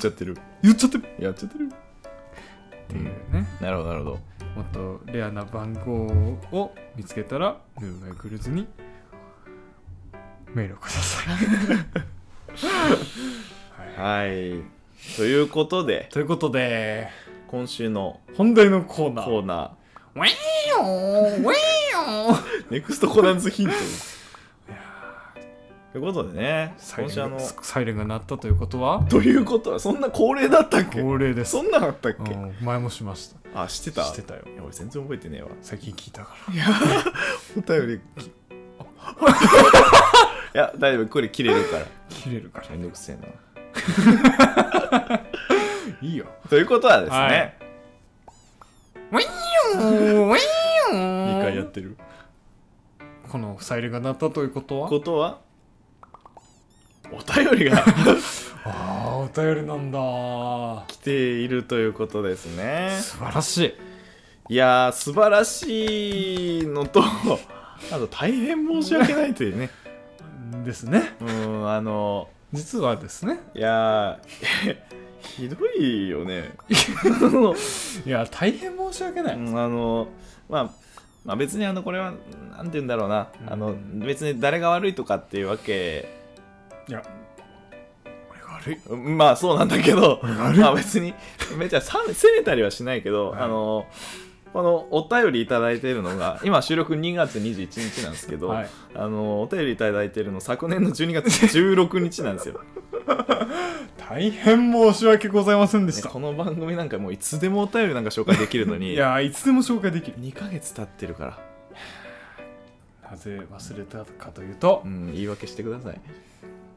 [SPEAKER 1] ちゃってる
[SPEAKER 2] 言っちゃってる
[SPEAKER 1] やっちゃってるっ
[SPEAKER 2] っていうね、
[SPEAKER 1] なるほどなるほど
[SPEAKER 2] もっとレアな番号を見つけたらルームクルーズにメールをください、はい
[SPEAKER 1] はいということで
[SPEAKER 2] ということで
[SPEAKER 1] 今週の
[SPEAKER 2] 本題のコーナー
[SPEAKER 1] コーナ
[SPEAKER 2] ウェーヨーウェーヨー
[SPEAKER 1] ーネクストコナンズヒントということでね
[SPEAKER 2] サイ
[SPEAKER 1] 今
[SPEAKER 2] レ
[SPEAKER 1] 週あ
[SPEAKER 2] ン
[SPEAKER 1] の
[SPEAKER 2] がサイレンが鳴ったということは
[SPEAKER 1] ということはそんな恒例だったっけ
[SPEAKER 2] 恒例です、
[SPEAKER 1] そんなのあったっ
[SPEAKER 2] う
[SPEAKER 1] け、
[SPEAKER 2] ん、前もしました
[SPEAKER 1] あしてた
[SPEAKER 2] してたよ
[SPEAKER 1] いや俺全然覚えてねえわ
[SPEAKER 2] 最近聞いたから
[SPEAKER 1] お便りい [laughs] や大丈夫これ切れるから
[SPEAKER 2] 切れるから
[SPEAKER 1] [laughs] めんどくせえない
[SPEAKER 2] いよ
[SPEAKER 1] ということはですね、
[SPEAKER 2] はいウェーヨーウェーヨー
[SPEAKER 1] 2回やってる
[SPEAKER 2] このサイレンが鳴ったということは
[SPEAKER 1] ことはお便りが [laughs]
[SPEAKER 2] ああお便りなんだ
[SPEAKER 1] 来ているということですね
[SPEAKER 2] 素晴らしい
[SPEAKER 1] いやー素晴らしいのと [laughs] あと大変申し訳ないという [laughs] ね
[SPEAKER 2] ですね
[SPEAKER 1] うんあの
[SPEAKER 2] 実はですね
[SPEAKER 1] いやー [laughs] ひどいよ [laughs] ねその
[SPEAKER 2] いや大変申し訳ない、
[SPEAKER 1] うんあのまあまあ、別にあのこれはなんて言うんだろうな、
[SPEAKER 2] うん
[SPEAKER 1] あの別に誰が悪いとかっていうわけ
[SPEAKER 2] いや俺が悪い
[SPEAKER 1] うんまあそうなんだけど
[SPEAKER 2] 悪い
[SPEAKER 1] [laughs] まあ別にめちゃさ責めたりはしないけど、
[SPEAKER 2] はい
[SPEAKER 1] あのこのお便りいただいているのが今収録2月21日なんですけど、
[SPEAKER 2] はい
[SPEAKER 1] あのお便りいただいているの昨年の12月16日なん
[SPEAKER 2] [laughs]
[SPEAKER 1] ですよ
[SPEAKER 2] 大変申し訳ございませんでした
[SPEAKER 1] この番組なんかもういつでもお便りなんか紹介できるの
[SPEAKER 2] [laughs] い
[SPEAKER 1] に
[SPEAKER 2] やいつでも紹介できる
[SPEAKER 1] 2ヶ月経ってるから、
[SPEAKER 2] なぜ忘れたかというと、
[SPEAKER 1] うん、言い訳してください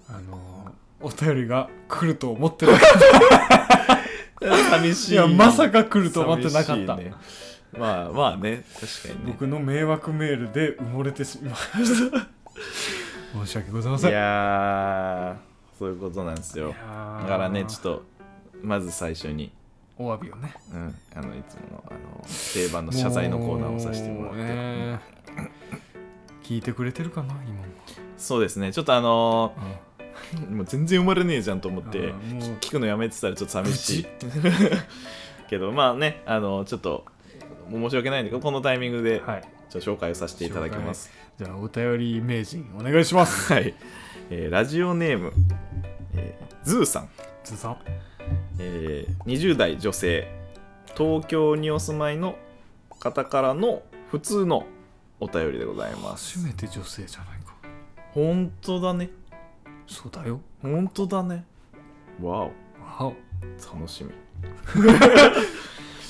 [SPEAKER 2] あのーお便りが来ると思ってなかっ
[SPEAKER 1] 寂
[SPEAKER 2] た
[SPEAKER 1] しい
[SPEAKER 2] [laughs] [laughs] いやまさか来ると思ってなかった、
[SPEAKER 1] 寂しいねまあまあね確かにね
[SPEAKER 2] 僕の迷惑メールで埋もれてしまいました申し訳ございま
[SPEAKER 1] い
[SPEAKER 2] せん
[SPEAKER 1] やーそういうことなんですよだからねちょっと
[SPEAKER 2] と
[SPEAKER 1] まず最初に、
[SPEAKER 2] お詫びをね
[SPEAKER 1] うん、あのいつものあの定番の謝罪のコーナーをさせてもらって、
[SPEAKER 2] うね聞いてくれてるかな今も、
[SPEAKER 1] そうですねちょっとあの
[SPEAKER 2] うん
[SPEAKER 1] ーもう全然生まれねえじゃんと思って、
[SPEAKER 2] あーもう
[SPEAKER 1] 聞くのやめてたらちょっと寂しい [laughs] けどまあねあのちょっと申し訳ないんだけどこのタイミングで
[SPEAKER 2] はい
[SPEAKER 1] ちょっと紹介をさせていただきます
[SPEAKER 2] じゃあお便り名人お願いします
[SPEAKER 1] はい、えーラジオネーム、えーズーさん
[SPEAKER 2] ずさん
[SPEAKER 1] えー20代女性東京にお住まいの方からの普通のお便りでございます
[SPEAKER 2] 初めて女性じゃないか
[SPEAKER 1] 本当だね
[SPEAKER 2] そうだよ
[SPEAKER 1] 本当だねわお
[SPEAKER 2] わ
[SPEAKER 1] 楽しみ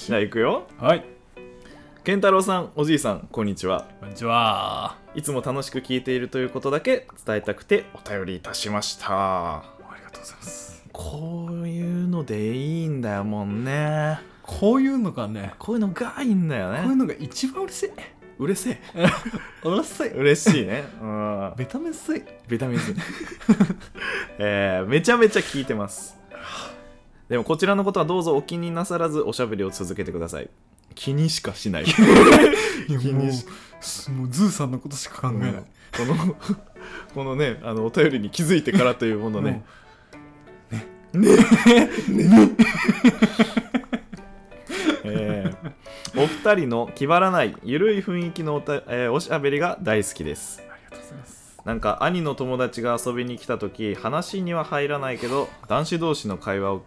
[SPEAKER 1] じゃあ行くよ
[SPEAKER 2] おはい
[SPEAKER 1] 健太郎さんおじいさんこんにちは
[SPEAKER 2] こんにちはい
[SPEAKER 1] つも楽しく聞いているということだけ伝えたくてお便りいたしました
[SPEAKER 2] ありがとうございます
[SPEAKER 1] こういうのでいいんだもんね
[SPEAKER 2] こういうのがね
[SPEAKER 1] こういうのがいいんだよ
[SPEAKER 2] こういう
[SPEAKER 1] ね
[SPEAKER 2] のが一番嬉しいう
[SPEAKER 1] れせえ
[SPEAKER 2] [laughs] 嬉しい
[SPEAKER 1] 嬉しいねうん
[SPEAKER 2] ベタメスい
[SPEAKER 1] ビタミン
[SPEAKER 2] [laughs]
[SPEAKER 1] C、えーめちゃめちゃ効いてますでもこちらのことはどうぞお気になさらずおしゃべりを続けてください気にしかしない
[SPEAKER 2] いや
[SPEAKER 1] 気
[SPEAKER 2] も
[SPEAKER 1] にし
[SPEAKER 2] うすもうズーさんのことしか考えない、
[SPEAKER 1] このこのねあのお便りに気づいてからというものね
[SPEAKER 2] も
[SPEAKER 1] [laughs] えーお二人の気張らないゆるい雰囲気のおた、えーおしゃべりが大好きです
[SPEAKER 2] うありがとうございます
[SPEAKER 1] なんか兄の友達が遊びに来た時話には入らないけど男子同士の会話を、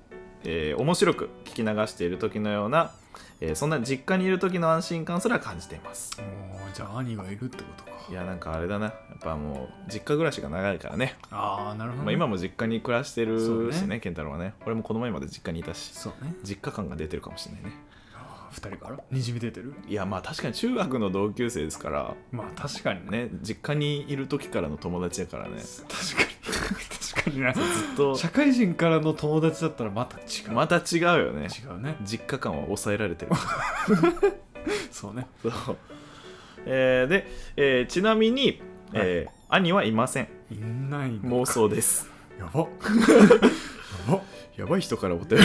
[SPEAKER 1] えー面白く聞き流している時のような、えーそんな実家にいる時の安心感すら感じています
[SPEAKER 2] もうじゃあ兄がいるってことか
[SPEAKER 1] いやなんかあれだなやっぱもう実家暮らしが長いからね、
[SPEAKER 2] ああなるほど、
[SPEAKER 1] まあ、今も実家に暮らしてる
[SPEAKER 2] そう
[SPEAKER 1] し
[SPEAKER 2] ね
[SPEAKER 1] ね健太郎はね俺もこの前まで実家にいたし
[SPEAKER 2] そうね
[SPEAKER 1] 実家感が出てるかもしれないね
[SPEAKER 2] あー二人からにじみ出てる
[SPEAKER 1] いやまあ確かに中学の同級生ですから
[SPEAKER 2] まあ確かにね
[SPEAKER 1] ね実家にいる時からの友達だからねず
[SPEAKER 2] 確かに [laughs] 確かにね
[SPEAKER 1] っと
[SPEAKER 2] 社会人からの友達だったらまた違う、
[SPEAKER 1] また違うよね
[SPEAKER 2] 違うね
[SPEAKER 1] 実家感は抑えられてる
[SPEAKER 2] そうね
[SPEAKER 1] そう、えーで、えーちなみに、えー兄はいません
[SPEAKER 2] いないの
[SPEAKER 1] 妄想
[SPEAKER 2] [laughs]
[SPEAKER 1] です
[SPEAKER 2] やばやばや
[SPEAKER 1] やばい人からお便り
[SPEAKER 2] ばや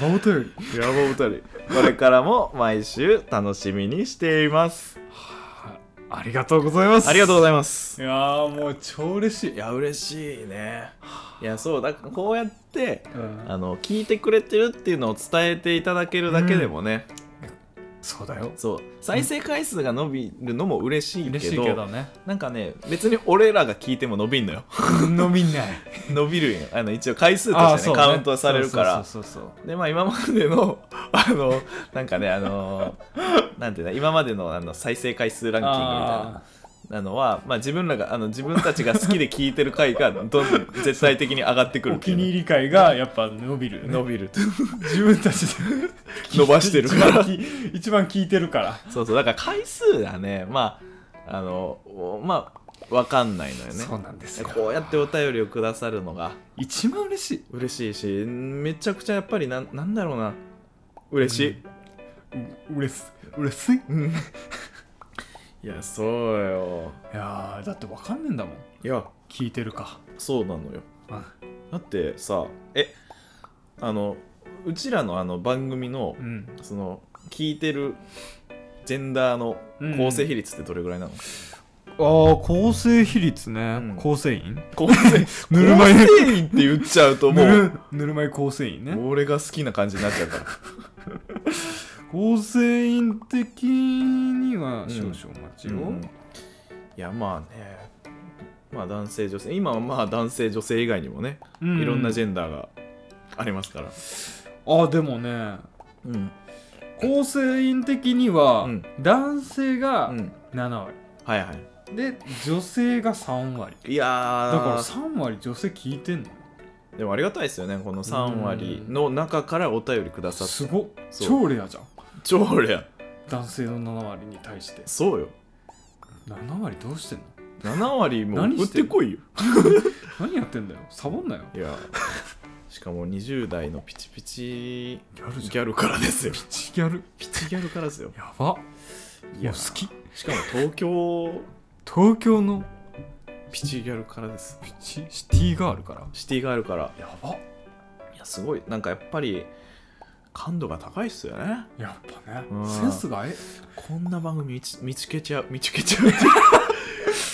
[SPEAKER 2] ばお便り
[SPEAKER 1] やばいお便りこれからも毎週楽しみにしています
[SPEAKER 2] はありがとうございます
[SPEAKER 1] ありがとうご
[SPEAKER 2] い
[SPEAKER 1] ざいます
[SPEAKER 2] やーもう超嬉しい
[SPEAKER 1] いや嬉しいねいやそうだからこうやって
[SPEAKER 2] うん
[SPEAKER 1] あの聞いてくれてるっていうのを伝えていただけるだけでもね、
[SPEAKER 2] そうだよ
[SPEAKER 1] そう再生回数が伸びるのも嬉しいけ
[SPEAKER 2] 嬉しい
[SPEAKER 1] ど
[SPEAKER 2] けど [laughs] ね
[SPEAKER 1] なんかね別に俺らが聞いても伸びんのよ [laughs]
[SPEAKER 2] 伸びない
[SPEAKER 1] 伸びるんよあの一応回数と
[SPEAKER 2] あー
[SPEAKER 1] して
[SPEAKER 2] そ
[SPEAKER 1] ね
[SPEAKER 2] うね
[SPEAKER 1] カウントされるから
[SPEAKER 2] そうそうそうそう
[SPEAKER 1] でまあ今までの [laughs] あのなんかねあのなんていうの今までのあの再生回数ランキングみたいな
[SPEAKER 2] あ
[SPEAKER 1] なのは、まあ、自分らがあの自分たちが好きで聞いてる回がどんどん絶対的に上がってく
[SPEAKER 2] ー
[SPEAKER 1] る
[SPEAKER 2] お
[SPEAKER 1] ってい
[SPEAKER 2] 気
[SPEAKER 1] う
[SPEAKER 2] に入り会がやっぱ伸びるよね
[SPEAKER 1] 伸びる
[SPEAKER 2] [laughs] 自分たちで
[SPEAKER 1] [laughs] 伸ばしてるか
[SPEAKER 2] [laughs] 一番
[SPEAKER 1] ら
[SPEAKER 2] 聞い一番聞いてるから
[SPEAKER 1] そうそうだから回数がねまああのおまあわかんないのよね
[SPEAKER 2] そうなんですよ
[SPEAKER 1] こうやってお便りをくださるのが
[SPEAKER 2] 一番嬉しい
[SPEAKER 1] 嬉しいしめちゃくちゃやっぱりなんなんだろうな嬉しい、
[SPEAKER 2] う嬉し嬉しいい
[SPEAKER 1] [laughs] いやそうよ
[SPEAKER 2] やーだってわかんねえんだもん
[SPEAKER 1] いや
[SPEAKER 2] 聞いてるか
[SPEAKER 1] そうなのよ
[SPEAKER 2] うん
[SPEAKER 1] だってさえあのうちらのあの番組の
[SPEAKER 2] うん
[SPEAKER 1] その聞いてるジェンダーの構成比率ってどれぐらいなの、
[SPEAKER 2] ああ構成比率ね、
[SPEAKER 1] ん
[SPEAKER 2] 構成員
[SPEAKER 1] 構成
[SPEAKER 2] [laughs] ぬるま湯
[SPEAKER 1] 構成員って言っちゃうとも
[SPEAKER 2] ぬ
[SPEAKER 1] う
[SPEAKER 2] るぬるま湯構成員ね
[SPEAKER 1] 俺が好きな感じになっちゃうから
[SPEAKER 2] 構成員的には
[SPEAKER 1] ん
[SPEAKER 2] 少々お待ちを、
[SPEAKER 1] うんいやまあねまあ男性女性今はまあ男性女性以外にもね、
[SPEAKER 2] う
[SPEAKER 1] いろんなジ
[SPEAKER 2] ェ
[SPEAKER 1] ェンダーがありますから
[SPEAKER 2] あでもね
[SPEAKER 1] うん
[SPEAKER 2] 構成員的には、
[SPEAKER 1] うん
[SPEAKER 2] 男性
[SPEAKER 1] う
[SPEAKER 2] が
[SPEAKER 1] ん
[SPEAKER 2] 7割、
[SPEAKER 1] はいは
[SPEAKER 2] で女性が3割
[SPEAKER 1] いいや
[SPEAKER 2] だ
[SPEAKER 1] ー
[SPEAKER 2] から3割女性聞いてんの
[SPEAKER 1] でもありがたいですよねこの3割の中からお便りくださって
[SPEAKER 2] すごっ
[SPEAKER 1] そう
[SPEAKER 2] 超レアじゃん
[SPEAKER 1] 超俺や
[SPEAKER 2] 男性の7割に対して
[SPEAKER 1] そうよ
[SPEAKER 2] 7割どうしてんの
[SPEAKER 1] 7割も
[SPEAKER 2] 何
[SPEAKER 1] 売っ
[SPEAKER 2] して
[SPEAKER 1] て
[SPEAKER 2] んの
[SPEAKER 1] こいよ
[SPEAKER 2] [laughs] 何やってんだよサボんなよ
[SPEAKER 1] いやしかも20代のピチピチ
[SPEAKER 2] ギャル
[SPEAKER 1] ギ
[SPEAKER 2] じゃん
[SPEAKER 1] ャルからですよ
[SPEAKER 2] ピチギャル
[SPEAKER 1] ピチギャルからですよ
[SPEAKER 2] やば
[SPEAKER 1] い
[SPEAKER 2] も
[SPEAKER 1] や
[SPEAKER 2] う好き
[SPEAKER 1] しかも東京
[SPEAKER 2] 東京の
[SPEAKER 1] ピチギャルからです
[SPEAKER 2] ピチシティガールから
[SPEAKER 1] シティガールから
[SPEAKER 2] やば
[SPEAKER 1] いやすごいなんかやっぱり感度が高いっすよね
[SPEAKER 2] やっぱね
[SPEAKER 1] うん
[SPEAKER 2] センスがえ
[SPEAKER 1] こんな番組見つ見つけちゃう見つけちゃう
[SPEAKER 2] [laughs]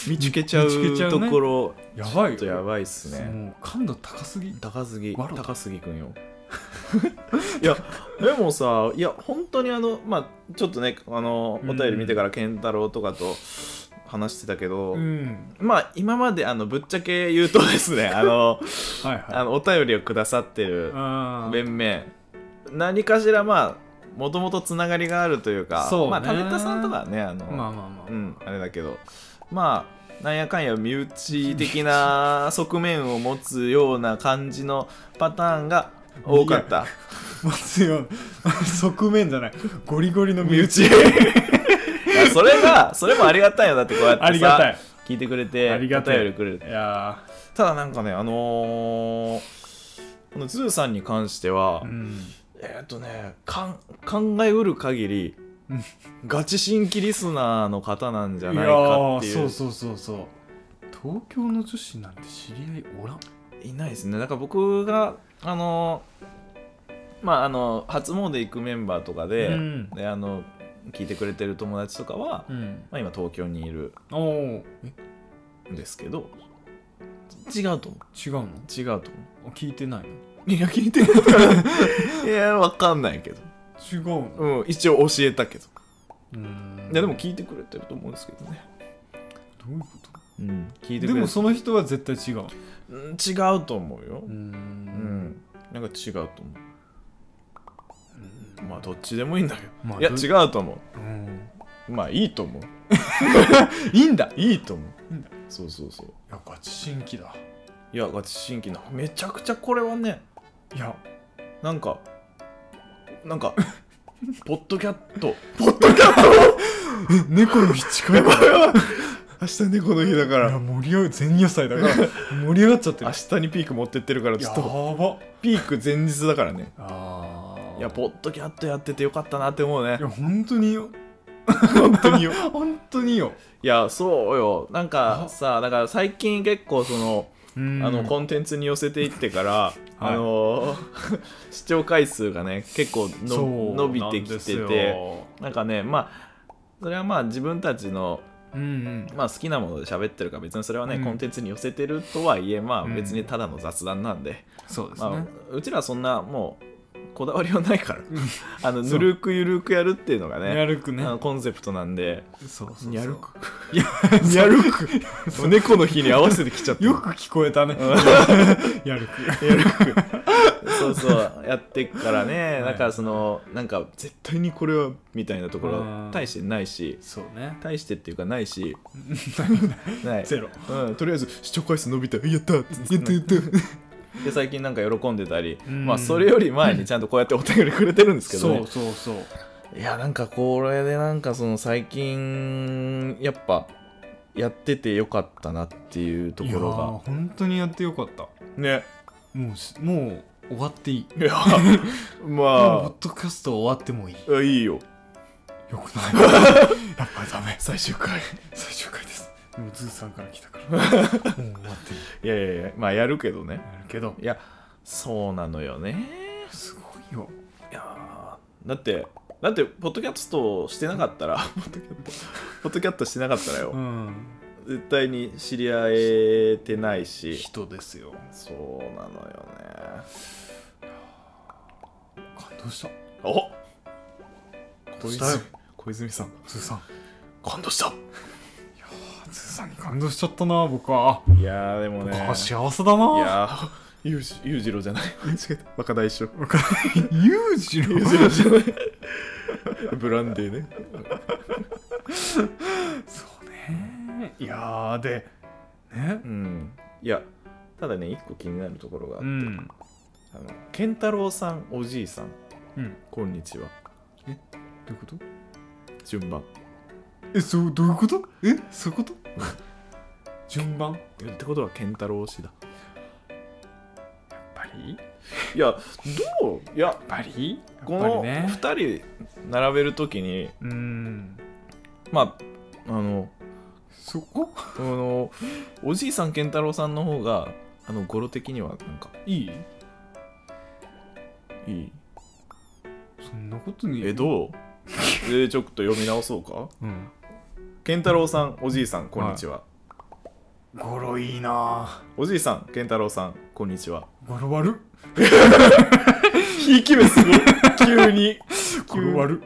[SPEAKER 1] 見つけちゃ
[SPEAKER 2] 見つけちゃ
[SPEAKER 1] う
[SPEAKER 2] うね
[SPEAKER 1] ところ
[SPEAKER 2] やば
[SPEAKER 1] ち
[SPEAKER 2] い
[SPEAKER 1] ょっとや
[SPEAKER 2] よ
[SPEAKER 1] ばいっすね
[SPEAKER 2] もう感度高すぎ
[SPEAKER 1] 高杉
[SPEAKER 2] わろた
[SPEAKER 1] 高杉くんよ [laughs] いやでもさいや本当にあのまあちょっとねあのお便り見てから健太郎とかと話してたけど、
[SPEAKER 2] うん
[SPEAKER 1] まあ今まであのぶっちゃけ言うとです
[SPEAKER 2] [laughs]
[SPEAKER 1] ねあの
[SPEAKER 2] はい
[SPEAKER 1] あ
[SPEAKER 2] はい
[SPEAKER 1] のお便りをくださってる
[SPEAKER 2] あー
[SPEAKER 1] 面々何かしらまあもともとつながりがあるというか
[SPEAKER 2] そうね
[SPEAKER 1] まあタネタさんとかはねあの、
[SPEAKER 2] まあまあま
[SPEAKER 1] う
[SPEAKER 2] あ
[SPEAKER 1] んあれだけどまあなんやかんや身内的な側面を持つような感じのパターンが多かった
[SPEAKER 2] 松よ [laughs] 側面じゃないゴリゴリの身
[SPEAKER 1] 身
[SPEAKER 2] 内
[SPEAKER 1] 内いやそれがそれもありがたいよだってこうやってさ
[SPEAKER 2] [laughs] ありがたい
[SPEAKER 1] 聞いてくれて
[SPEAKER 2] ありがたい
[SPEAKER 1] お便りくれる
[SPEAKER 2] いや
[SPEAKER 1] ただなんかねあのーこのズーさんに関しては、
[SPEAKER 2] ーうん
[SPEAKER 1] えーっとねかん考えうる限り
[SPEAKER 2] うん
[SPEAKER 1] ガチ新規リスナーの方なんじゃないか
[SPEAKER 2] やー
[SPEAKER 1] っていう
[SPEAKER 2] そうそうそうそう東京の女子なんて知り合いおらん
[SPEAKER 1] いないですねだから僕があのまああの初詣行くメンバーとかで,、
[SPEAKER 2] うん
[SPEAKER 1] であの聞いてくれてる友達とかは、
[SPEAKER 2] うん
[SPEAKER 1] まあ、今東京にいる
[SPEAKER 2] おお
[SPEAKER 1] んですけど違うと思
[SPEAKER 2] 違うの
[SPEAKER 1] う違うと思
[SPEAKER 2] あ聞いてないの
[SPEAKER 1] ういや聞いて
[SPEAKER 2] [laughs]
[SPEAKER 1] るからいやわかんないけど、
[SPEAKER 2] 違うの
[SPEAKER 1] うん、一応教えたけど
[SPEAKER 2] うーん
[SPEAKER 1] いやでも聞いてくれてると思うんですけどね、
[SPEAKER 2] どういうこと
[SPEAKER 1] うん、聞いて
[SPEAKER 2] で
[SPEAKER 1] くれ
[SPEAKER 2] もその人は絶対違う
[SPEAKER 1] うん違うと思うよ、
[SPEAKER 2] うーん
[SPEAKER 1] ん、なんか違うと思うまあどっちでもいいんだけど、
[SPEAKER 2] まあ
[SPEAKER 1] いや
[SPEAKER 2] ど
[SPEAKER 1] 違うと思
[SPEAKER 2] うん
[SPEAKER 1] うまあいいと思う
[SPEAKER 2] いいんだ
[SPEAKER 1] [laughs] いいと思う
[SPEAKER 2] いいんだ
[SPEAKER 1] そうそうそう
[SPEAKER 2] いやガチ新規だ
[SPEAKER 1] いやガチ新規なめちゃくちゃこれはね
[SPEAKER 2] いや
[SPEAKER 1] なんかなん [laughs] かポッドキャット
[SPEAKER 2] 猫の日
[SPEAKER 1] [laughs]
[SPEAKER 2] 近いか
[SPEAKER 1] 明日猫の日だ [laughs] からら
[SPEAKER 2] 盛り上が前夜祭だから盛り上がっちゃってる
[SPEAKER 1] 明日にピーク持ってってるからちょっと
[SPEAKER 2] ば
[SPEAKER 1] ピーク前日だからね
[SPEAKER 2] あー
[SPEAKER 1] いやポッドキャットやっててよかったなって思うね
[SPEAKER 2] いや本当に [laughs] よ
[SPEAKER 1] 本当によ
[SPEAKER 2] 本当によ
[SPEAKER 1] いやそうよなんか
[SPEAKER 2] あ
[SPEAKER 1] さだから最近結構そのあ
[SPEAKER 2] あ
[SPEAKER 1] の
[SPEAKER 2] の
[SPEAKER 1] コンテンツに寄せていってから、あのー [laughs] 視聴回数がね結構の伸びてきててなんかねまあそれはまあ自分たちの
[SPEAKER 2] うんうん
[SPEAKER 1] まあ好きなもので喋ってるから別にそれはね、
[SPEAKER 2] うん
[SPEAKER 1] コンテンツに寄せてるとはいえまあ
[SPEAKER 2] うん
[SPEAKER 1] 別にただの雑談なんで、
[SPEAKER 2] そうですね、
[SPEAKER 1] まあ、うちらはそんなもうこだわりはないから
[SPEAKER 2] ん
[SPEAKER 1] [laughs] あの
[SPEAKER 2] そう
[SPEAKER 1] ぬるくゆるくやるっていうのがね
[SPEAKER 2] やるくね
[SPEAKER 1] あのコンセプトなんで
[SPEAKER 2] そうそうそう
[SPEAKER 1] にゃるく
[SPEAKER 2] いや
[SPEAKER 1] [laughs] にゃるく猫の日に合わせてきちゃった
[SPEAKER 2] よく聞こえたねやるく
[SPEAKER 1] やるくそうそうやってっからね
[SPEAKER 2] [laughs] い
[SPEAKER 1] だからそのなんか絶対にこれはみたいなところ
[SPEAKER 2] うん
[SPEAKER 1] 大してないし
[SPEAKER 2] そうね
[SPEAKER 1] 大してっていうかない
[SPEAKER 2] [laughs]
[SPEAKER 1] し [laughs] ない
[SPEAKER 2] ゼロ
[SPEAKER 1] うん、とりあえず視聴回数伸びたやったやったやった [laughs] で最近なんか喜んでたり、
[SPEAKER 2] うん
[SPEAKER 1] まあそれより前にちゃんとこうやってお便りくれてるんですけど
[SPEAKER 2] そう
[SPEAKER 1] ね
[SPEAKER 2] そうそう
[SPEAKER 1] いやなんかこれでなんかその最近やっぱやっててよかったなっていうとこ
[SPEAKER 2] いやー
[SPEAKER 1] ろ
[SPEAKER 2] 本当にやってよかった
[SPEAKER 1] がね
[SPEAKER 2] もうしもう終わっていい
[SPEAKER 1] いや [laughs]
[SPEAKER 2] もうポ
[SPEAKER 1] ま
[SPEAKER 2] ッドキャスト終わってもいい
[SPEAKER 1] あいいよ
[SPEAKER 2] よくないやっぱりダメ
[SPEAKER 1] 最終回
[SPEAKER 2] 最終回ですでもズーさんから来 [laughs] たからもう終わっていい
[SPEAKER 1] いやいやいやまあやるけどね
[SPEAKER 2] やるけど
[SPEAKER 1] いやそうなのよね
[SPEAKER 2] すごいよ
[SPEAKER 1] いやーだってだってポッドキャストしてなかったら [laughs] ポッドキャストポッドキャストしてなかったらよ
[SPEAKER 2] うん
[SPEAKER 1] 絶対に知り合えてないし
[SPEAKER 2] 人ですよ
[SPEAKER 1] そうなのよね
[SPEAKER 2] 感動した
[SPEAKER 1] お
[SPEAKER 2] 動したよ
[SPEAKER 1] 小泉さん
[SPEAKER 2] ズーさん
[SPEAKER 1] 感動した
[SPEAKER 2] ズーさんに感動しちゃったな僕はい
[SPEAKER 1] やーでも
[SPEAKER 2] 僕
[SPEAKER 1] ね
[SPEAKER 2] は幸せだない
[SPEAKER 1] やー裕次裕次郎じゃない違う若大将
[SPEAKER 2] 裕 [laughs] 次郎
[SPEAKER 1] 裕次郎じゃないブランデーね
[SPEAKER 2] そうねいやーでね
[SPEAKER 1] うんいやただね一個気になるところがあっ
[SPEAKER 2] う
[SPEAKER 1] て、
[SPEAKER 2] ん
[SPEAKER 1] あの健太郎さんおじいさん
[SPEAKER 2] うん
[SPEAKER 1] こんにちは
[SPEAKER 2] どういうこと
[SPEAKER 1] 順番
[SPEAKER 2] えそうどういうことえそういうこと [laughs] 順番や
[SPEAKER 1] ってことは健太郎氏だ
[SPEAKER 2] っぱりやっ
[SPEAKER 1] いやどういや
[SPEAKER 2] ぱり
[SPEAKER 1] こ
[SPEAKER 2] やっぱり
[SPEAKER 1] の
[SPEAKER 2] ね
[SPEAKER 1] 2人並べるときに
[SPEAKER 2] うん
[SPEAKER 1] まああの
[SPEAKER 2] そこ
[SPEAKER 1] あのおじいさん健太郎さんの方があの語呂的にはなんか
[SPEAKER 2] いい
[SPEAKER 1] いい
[SPEAKER 2] そんなことに
[SPEAKER 1] えどう [laughs] えーちょっと読み直そうか
[SPEAKER 2] うん
[SPEAKER 1] 健太郎さんおじいさんこんにちは、
[SPEAKER 2] 語呂いいな
[SPEAKER 1] おじいさん健太郎さんこんにちは
[SPEAKER 2] ぁ語呂悪っ [laughs]
[SPEAKER 1] ひいき目する急にい
[SPEAKER 2] [laughs] 語呂悪っ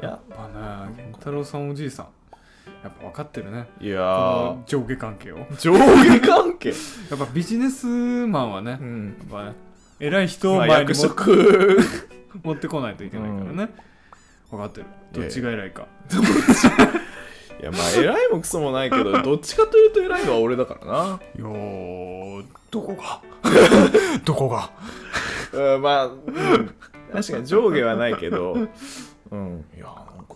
[SPEAKER 1] や
[SPEAKER 2] やっぱね健太郎さんおじいさんやっぱ分かってるね
[SPEAKER 1] い
[SPEAKER 2] こ
[SPEAKER 1] や
[SPEAKER 2] の上下関係をや
[SPEAKER 1] ー上下関係
[SPEAKER 2] っぱビジネスマンはね、
[SPEAKER 1] う
[SPEAKER 2] や
[SPEAKER 1] ん
[SPEAKER 2] っぱね偉い人を
[SPEAKER 1] まあ
[SPEAKER 2] 前
[SPEAKER 1] 役
[SPEAKER 2] にも
[SPEAKER 1] 職
[SPEAKER 2] 持ってこないといけないからね、分かってるどっちが偉いか、
[SPEAKER 1] いやまあ偉いもクソもないけ [laughs] どどっちかというと偉いのは俺だからない
[SPEAKER 2] やーどこが [laughs] どこが
[SPEAKER 1] うんまあ、うん確かに上下はないけど、うん、いや、なんか、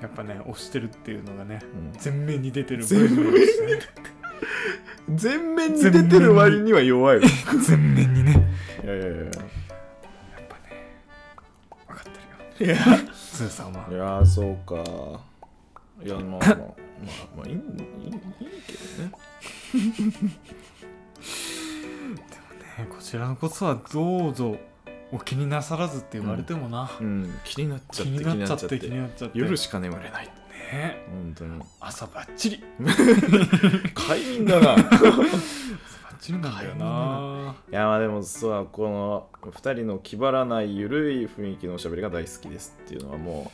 [SPEAKER 2] やっぱね押してるっていうのがね
[SPEAKER 1] うん
[SPEAKER 2] 全面に出てる
[SPEAKER 1] 全面に出
[SPEAKER 2] て
[SPEAKER 1] 全面
[SPEAKER 2] に出てる割
[SPEAKER 1] には弱い。い
[SPEAKER 2] る全面にね
[SPEAKER 1] やいやい
[SPEAKER 2] やっぱね分かってるよ
[SPEAKER 1] や。いや、
[SPEAKER 2] スーさんはい
[SPEAKER 1] やそうか。いや、まあまあ、まあ、まあ、いい、いい、いいけどね。
[SPEAKER 2] ねこちらのこそはどうぞお気になさらずって言われてもな、
[SPEAKER 1] うん、気になっちゃ
[SPEAKER 2] 気
[SPEAKER 1] って、
[SPEAKER 2] になっちゃって気
[SPEAKER 1] 気
[SPEAKER 2] になっちゃって
[SPEAKER 1] 夜しか眠れない。
[SPEAKER 2] ね
[SPEAKER 1] 本当に。
[SPEAKER 2] 朝バッチリ
[SPEAKER 1] 快眠だな。 [laughs] い
[SPEAKER 2] 朝バッチリなんだ
[SPEAKER 1] 快
[SPEAKER 2] よ
[SPEAKER 1] 眠
[SPEAKER 2] な
[SPEAKER 1] や、まあでもさ、この二人の気張らないゆるい雰囲気のおしゃべりが大好きですっていうのはも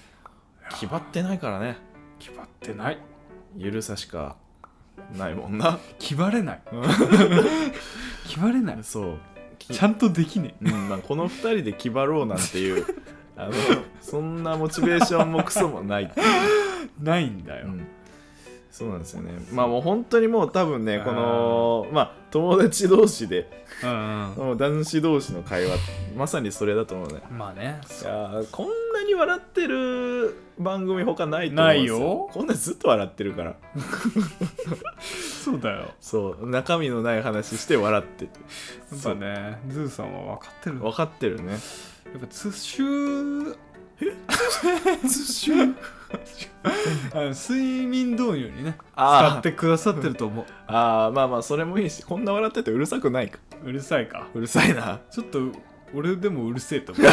[SPEAKER 1] う、気張ってないからね。
[SPEAKER 2] 気張ってない
[SPEAKER 1] ゆるさしかないもんな
[SPEAKER 2] 気張れない気張れない
[SPEAKER 1] [laughs] そう、
[SPEAKER 2] ちゃんとできね
[SPEAKER 1] うんまあ、この2人で気張ろうなんて
[SPEAKER 2] [laughs]
[SPEAKER 1] いうあのそんなモチベーションもクソもないってい
[SPEAKER 2] えないんだよ、
[SPEAKER 1] う、うんそうなんですよねまあもう本当にもう多分ね
[SPEAKER 2] あー
[SPEAKER 1] このまあ友達同士で
[SPEAKER 2] うん
[SPEAKER 1] もう男子同士の会話まさにそれだと思うね
[SPEAKER 2] まあね
[SPEAKER 1] いやーこんなに笑ってる番組他ないと思うんですよ
[SPEAKER 2] ないよ
[SPEAKER 1] こんなずっと笑ってるから
[SPEAKER 2] そうだよや
[SPEAKER 1] そう中身のない話して笑ってて
[SPEAKER 2] っぱねズーさんは分かってる
[SPEAKER 1] 分かってるね
[SPEAKER 2] やっぱツッシュ [laughs] あの睡眠導入にね
[SPEAKER 1] あー
[SPEAKER 2] 使ってくださってると思
[SPEAKER 1] ああまあまあそれもいいしこんな笑っててうるさくないか
[SPEAKER 2] ううるさいか
[SPEAKER 1] うるさいな
[SPEAKER 2] ちょっと俺でもうるせえと [laughs] 思う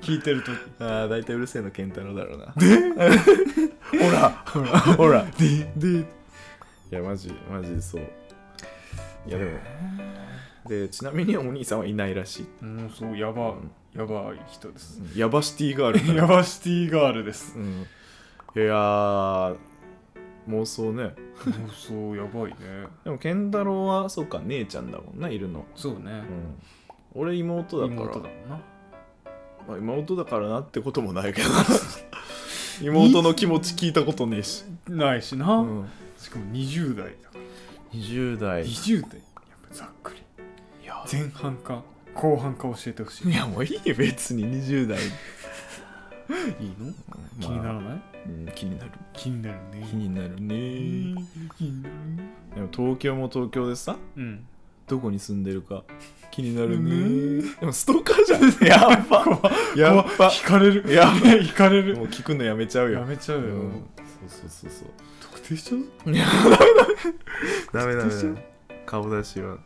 [SPEAKER 2] 聞いてると
[SPEAKER 1] ああ大体うるせえの健太郎だろうなで [laughs] ほらほらほらででいやマジマジそういやでもでちなみにお兄さんはいないらしい
[SPEAKER 2] もうそうやばやばい人です [laughs]
[SPEAKER 1] ヤバシティガール
[SPEAKER 2] ヤバシティガールで
[SPEAKER 1] [laughs]
[SPEAKER 2] す
[SPEAKER 1] うんいやー妄想ね
[SPEAKER 2] もうそうやばいね
[SPEAKER 1] でも健太郎はそうか姉ちゃんだもんないるの、
[SPEAKER 2] そうね
[SPEAKER 1] うん、俺妹だから
[SPEAKER 2] 妹だもんな
[SPEAKER 1] まあ、妹だからなってこともないけど [laughs] 妹の気持ち聞いたことねえし、
[SPEAKER 2] ないしな、
[SPEAKER 1] うん、
[SPEAKER 2] しかも20代だから
[SPEAKER 1] 20代い
[SPEAKER 2] 20代やっぱざっくり
[SPEAKER 1] や
[SPEAKER 2] 前半か後半か教えてほしい
[SPEAKER 1] いやもういいよ別に20代、
[SPEAKER 2] いいの気になら
[SPEAKER 1] る、
[SPEAKER 2] ない
[SPEAKER 1] うん、気になる
[SPEAKER 2] 気になるね
[SPEAKER 1] 気になるね
[SPEAKER 2] 気になるね
[SPEAKER 1] でも東京も東京でさ
[SPEAKER 2] うん
[SPEAKER 1] どこに住んでるか気になる
[SPEAKER 2] ね
[SPEAKER 1] ねでもストーカーじ [laughs] ゃんやっぱやっぱ
[SPEAKER 2] [laughs] 引かれる
[SPEAKER 1] やば
[SPEAKER 2] 引かれる
[SPEAKER 1] もう聞くのやめちゃう
[SPEAKER 2] や
[SPEAKER 1] よ
[SPEAKER 2] めちゃ
[SPEAKER 1] う
[SPEAKER 2] うよ、
[SPEAKER 1] んそうそうそうそう
[SPEAKER 2] 特定しちゃう
[SPEAKER 1] いやダメ
[SPEAKER 2] ダメダメ
[SPEAKER 1] 顔出しは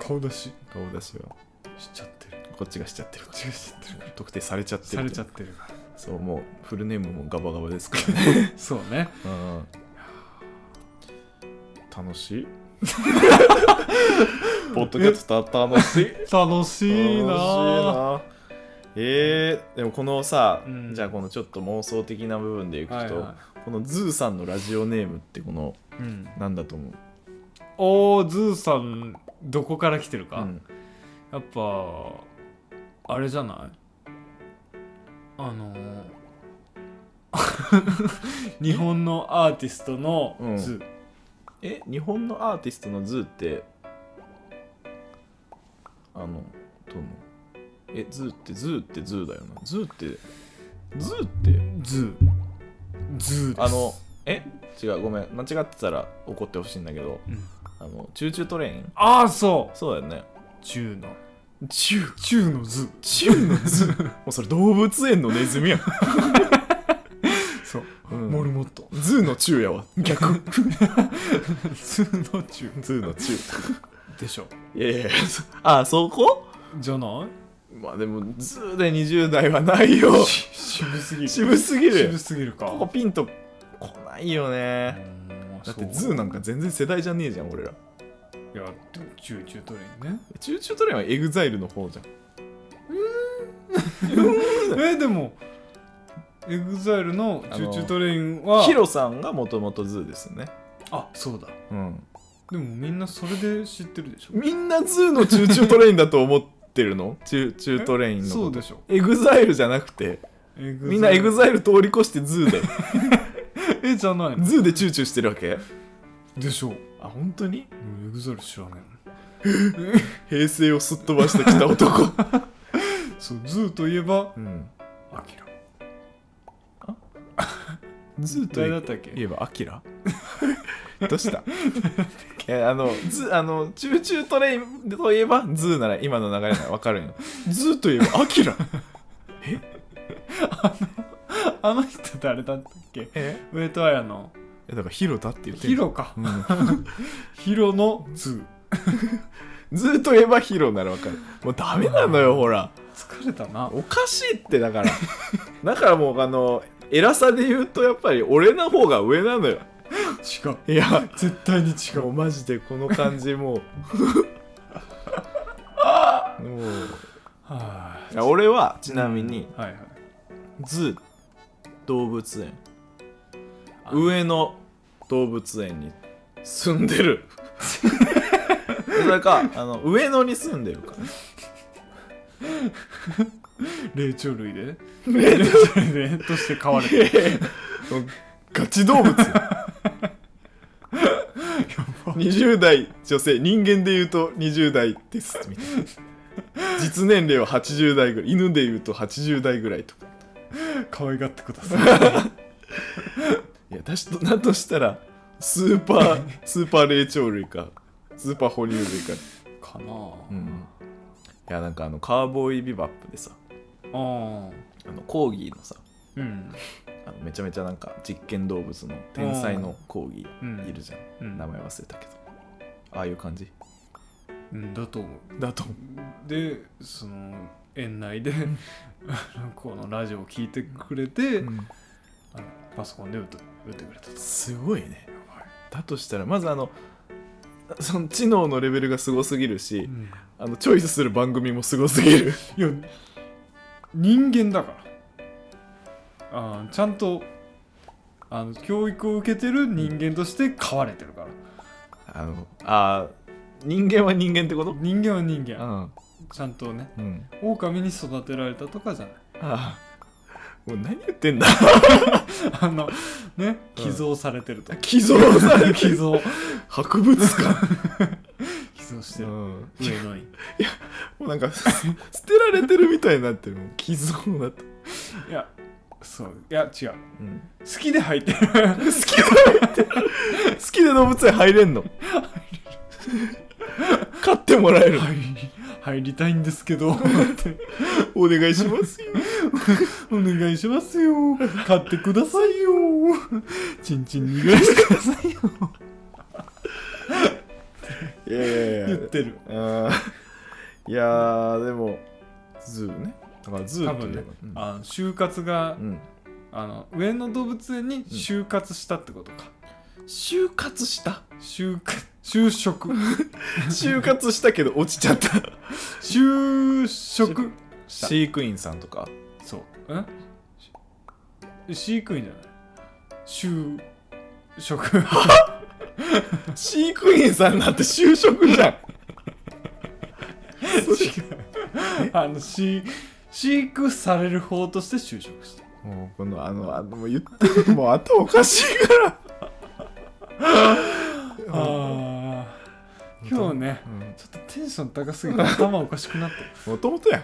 [SPEAKER 2] 顔出し
[SPEAKER 1] 顔出しは
[SPEAKER 2] しちゃってる
[SPEAKER 1] こっちがしちゃってるこっちがしちゃってる特定されちゃってる
[SPEAKER 2] されちゃってるか
[SPEAKER 1] そうもうフルネームもガバガバですから [laughs] ね
[SPEAKER 2] ら [laughs] そうね
[SPEAKER 1] うん楽し [laughs] いポッドキャスト楽しい
[SPEAKER 2] 楽しいなぁ
[SPEAKER 1] 楽しいなえー、でもこのさ、
[SPEAKER 2] うん
[SPEAKER 1] じゃあこのちょっと妄想的な部分でいくと、
[SPEAKER 2] はいは
[SPEAKER 1] このズーさんのラジオネームってこの
[SPEAKER 2] い、うん、
[SPEAKER 1] なんだと思う
[SPEAKER 2] おーズーさんどこから来てるか、
[SPEAKER 1] うん
[SPEAKER 2] やっぱあれじゃないあのー [laughs] 日本のアーティストの
[SPEAKER 1] うん
[SPEAKER 2] ズー、
[SPEAKER 1] え日本のアーティストのズーってあのどう思うえズーってズーってズーだよなズーってズーって
[SPEAKER 2] ズーズーです
[SPEAKER 1] あのえ違うごめん間違ってたら怒ってほしいんだけど
[SPEAKER 2] うん
[SPEAKER 1] あのチューチュートレイン
[SPEAKER 2] ああそう
[SPEAKER 1] そうだよね
[SPEAKER 2] チューの
[SPEAKER 1] チュー
[SPEAKER 2] チューのズー
[SPEAKER 1] チューのズー [laughs] もうそれ動物園のネズミやん、
[SPEAKER 2] そう、
[SPEAKER 1] うん
[SPEAKER 2] モルモ
[SPEAKER 1] [laughs]
[SPEAKER 2] ット
[SPEAKER 1] ズーのチューや [laughs] わ逆
[SPEAKER 2] ズーのチュー
[SPEAKER 1] ズーのチュー
[SPEAKER 2] でしょ
[SPEAKER 1] いやいやいやそあそこ
[SPEAKER 2] じゃない
[SPEAKER 1] まあでもズーで20代はない [laughs] よ
[SPEAKER 2] 渋すぎる
[SPEAKER 1] 渋すぎる
[SPEAKER 2] 渋すぎるか
[SPEAKER 1] ここピンとこないよねだってズーなんか全然世代じゃねえじゃん俺ら
[SPEAKER 2] いやでもチューチュートレインね
[SPEAKER 1] チューチュートレインはエグザイルの方じゃん
[SPEAKER 2] えでもエグザイルのチューチュートレインは
[SPEAKER 1] ヒロさんがもともとズーですね
[SPEAKER 2] あそうだ
[SPEAKER 1] うん
[SPEAKER 2] でもみんなそれで知ってるでしょ
[SPEAKER 1] みんなズーのチューチュートレインだと思ってるのチューチュートレインのこと
[SPEAKER 2] そうでしょ
[SPEAKER 1] エグザイルじゃなくてみんなエグ
[SPEAKER 2] ザ
[SPEAKER 1] ザイル通り越してズー [laughs] で
[SPEAKER 2] イルえじゃないの
[SPEAKER 1] ズーでチューチューしてるわけ
[SPEAKER 2] でしょう
[SPEAKER 1] あ本当に
[SPEAKER 2] エグザイル知らないの
[SPEAKER 1] 平成をすっ飛ばしてきた男
[SPEAKER 2] そうズーといえば
[SPEAKER 1] うん
[SPEAKER 2] アキラ
[SPEAKER 1] ズーと
[SPEAKER 2] 誰だ
[SPEAKER 1] い
[SPEAKER 2] ったっけ
[SPEAKER 1] えばアキラどうした [laughs] えあのズーあのチューチュートレインといえばズーなら今の流れならわかるんよズーといえばアキラ
[SPEAKER 2] あの人誰だったっけ
[SPEAKER 1] え
[SPEAKER 2] 上戸彩の
[SPEAKER 1] いやだからヒロだって言って
[SPEAKER 2] ヒロか
[SPEAKER 1] うん
[SPEAKER 2] ヒロのズ
[SPEAKER 1] ズーといえばヒロならわかるもうダメなのよほら
[SPEAKER 2] ー疲れたな
[SPEAKER 1] おかしいってだからだからもうあの偉さで言うとやっぱり俺の方が上なのよ
[SPEAKER 2] 違う
[SPEAKER 1] いや
[SPEAKER 2] 絶対に違
[SPEAKER 1] もう
[SPEAKER 2] う
[SPEAKER 1] マジでこの感じもうもう
[SPEAKER 2] はい
[SPEAKER 1] や俺はちなみに
[SPEAKER 2] はいはい
[SPEAKER 1] ズー動物園
[SPEAKER 2] あ
[SPEAKER 1] 上野動物園に住んでる [laughs] それかあの上野に住んでるから
[SPEAKER 2] 霊長類で
[SPEAKER 1] ね
[SPEAKER 2] 霊長類でとして飼われてる
[SPEAKER 1] ガチ動物20代女性人間で言うと20代ですみたいな実年齢は80代ぐらい犬で言うと80代ぐらいとか
[SPEAKER 2] 可愛がってくだ [laughs] さい
[SPEAKER 1] いやだしとだとしたらスーパー
[SPEAKER 2] [laughs]
[SPEAKER 1] スーパー霊長類かスーパー哺乳類か、
[SPEAKER 2] かなあ、
[SPEAKER 1] うん、いやなんかあのカーボーイビバップでさ
[SPEAKER 2] あ
[SPEAKER 1] あのコーギーのさ
[SPEAKER 2] ーうん
[SPEAKER 1] あのめちゃめちゃなんか実験動物の天才のコーギ
[SPEAKER 2] うん
[SPEAKER 1] ーいるじゃん、
[SPEAKER 2] うん
[SPEAKER 1] 名前忘れたけどああいう感じ
[SPEAKER 2] うんだと思う
[SPEAKER 1] だと
[SPEAKER 2] でその園内であのこのラジオを聞いてくれて、あのパソコンで打って打ってくれたと
[SPEAKER 1] すごいねだとしたらまずあのその知能のレベルがすごすぎるし、
[SPEAKER 2] うん
[SPEAKER 1] あのチョイスする番組もすごすぎる
[SPEAKER 2] いや人間だからあーちゃんとあの教育を受けてる人間として飼われてるから
[SPEAKER 1] あのあー人間は人間ってこと
[SPEAKER 2] 人間は人
[SPEAKER 1] う
[SPEAKER 2] 間
[SPEAKER 1] ん
[SPEAKER 2] ちゃんとね
[SPEAKER 1] うん
[SPEAKER 2] 狼に育てられたとかじ
[SPEAKER 1] [laughs]
[SPEAKER 2] ゃない
[SPEAKER 1] ああもう何言ってんだ
[SPEAKER 2] あのね寄贈されてると、
[SPEAKER 1] 寄贈され
[SPEAKER 2] [laughs] 寄贈
[SPEAKER 1] 博物館
[SPEAKER 2] 寄贈
[SPEAKER 1] う
[SPEAKER 2] して
[SPEAKER 1] ん
[SPEAKER 2] る
[SPEAKER 1] も
[SPEAKER 2] 上野に
[SPEAKER 1] うなんか [laughs] す捨てられてるみたいになってるもう寄贈だと、
[SPEAKER 2] いやそういや違う
[SPEAKER 1] うん、
[SPEAKER 2] 好きで
[SPEAKER 1] [laughs]
[SPEAKER 2] 入ってる
[SPEAKER 1] 好きで好きで動物園入れんの飼ってもらえる
[SPEAKER 2] 入り入りたいんですけどって
[SPEAKER 1] お願いしますよ
[SPEAKER 2] お願いしますよ買ってくださいよちんちん逃がしてくださいよ
[SPEAKER 1] いやいやい
[SPEAKER 2] 言ってる
[SPEAKER 1] あーいやーでもズーねだからズー
[SPEAKER 2] 多
[SPEAKER 1] って
[SPEAKER 2] 分
[SPEAKER 1] 言
[SPEAKER 2] ね
[SPEAKER 1] えばうん
[SPEAKER 2] あの就活が、
[SPEAKER 1] うん
[SPEAKER 2] あの上野動物園に就活したってことか、
[SPEAKER 1] 就活した
[SPEAKER 2] 就活就職
[SPEAKER 1] 就活したけど落ちちゃった
[SPEAKER 2] 就職した
[SPEAKER 1] 飼育員さんとか
[SPEAKER 2] そううんし飼育員じゃない就職
[SPEAKER 1] 飼育員さんなんて就職じゃん
[SPEAKER 2] [laughs] 違うあのし飼育される方として就職した
[SPEAKER 1] もうこのあのあのもう言ってることもう頭おかしいから [laughs]
[SPEAKER 2] あー今日ね
[SPEAKER 1] うん
[SPEAKER 2] ちょっとテンション高すぎて頭おかしく
[SPEAKER 1] [laughs]
[SPEAKER 2] なった
[SPEAKER 1] もともとやん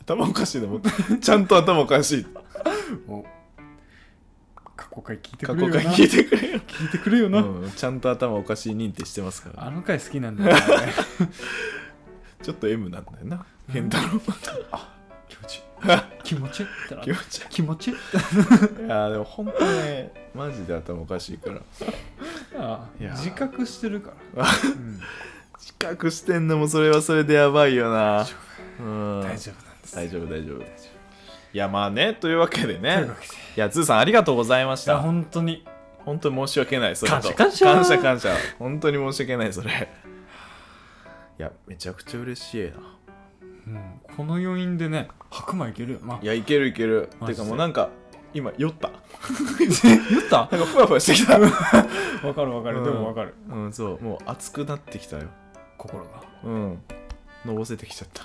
[SPEAKER 1] 頭おかしいだもんちゃんと頭おかしい
[SPEAKER 2] お過去回聞いて
[SPEAKER 1] 過
[SPEAKER 2] くれ
[SPEAKER 1] 去
[SPEAKER 2] よな
[SPEAKER 1] 回聞いてくれよ、
[SPEAKER 2] 聞いてくれよな、
[SPEAKER 1] うん、ちゃんと頭おかしい認定してますから
[SPEAKER 2] あの回好きなんだ
[SPEAKER 1] [laughs]
[SPEAKER 2] よ、ね、
[SPEAKER 1] ちょっと M なんだよな変太 [laughs] 郎
[SPEAKER 2] 気持ちいい気持ちいいってな
[SPEAKER 1] 気持ち
[SPEAKER 2] 気
[SPEAKER 1] [laughs]
[SPEAKER 2] 持ちいいって
[SPEAKER 1] いいやーでも本当ねマジで頭おかしいから
[SPEAKER 2] あ
[SPEAKER 1] いや
[SPEAKER 2] 自覚して
[SPEAKER 1] [laughs]
[SPEAKER 2] るから、うん
[SPEAKER 1] 自覚してんのもそれはそれでやばいよな
[SPEAKER 2] 大丈
[SPEAKER 1] うん
[SPEAKER 2] 大丈夫なんです
[SPEAKER 1] 大丈夫大丈夫いやまあねというわけで
[SPEAKER 2] とい
[SPEAKER 1] ね
[SPEAKER 2] うわけでい
[SPEAKER 1] いやズーさんありがとうございまし
[SPEAKER 2] や
[SPEAKER 1] た
[SPEAKER 2] 本当に
[SPEAKER 1] 本当に申し訳ないそれと
[SPEAKER 2] 感謝感
[SPEAKER 1] 感
[SPEAKER 2] 謝
[SPEAKER 1] 謝感謝本当に申し訳ないそれいやめちゃくちゃ嬉しいな
[SPEAKER 2] うんこの余韻でね白米いけるよない
[SPEAKER 1] やいけるいける
[SPEAKER 2] マ
[SPEAKER 1] て
[SPEAKER 2] ジで
[SPEAKER 1] かもうなんか今酔った
[SPEAKER 2] 言った
[SPEAKER 1] なんかふわふわしてき
[SPEAKER 2] [laughs]
[SPEAKER 1] た
[SPEAKER 2] わかるわかる、
[SPEAKER 1] うん
[SPEAKER 2] でもわかる
[SPEAKER 1] うんそうもう熱くなってきたよ
[SPEAKER 2] 心が
[SPEAKER 1] うんのぼせてきちゃった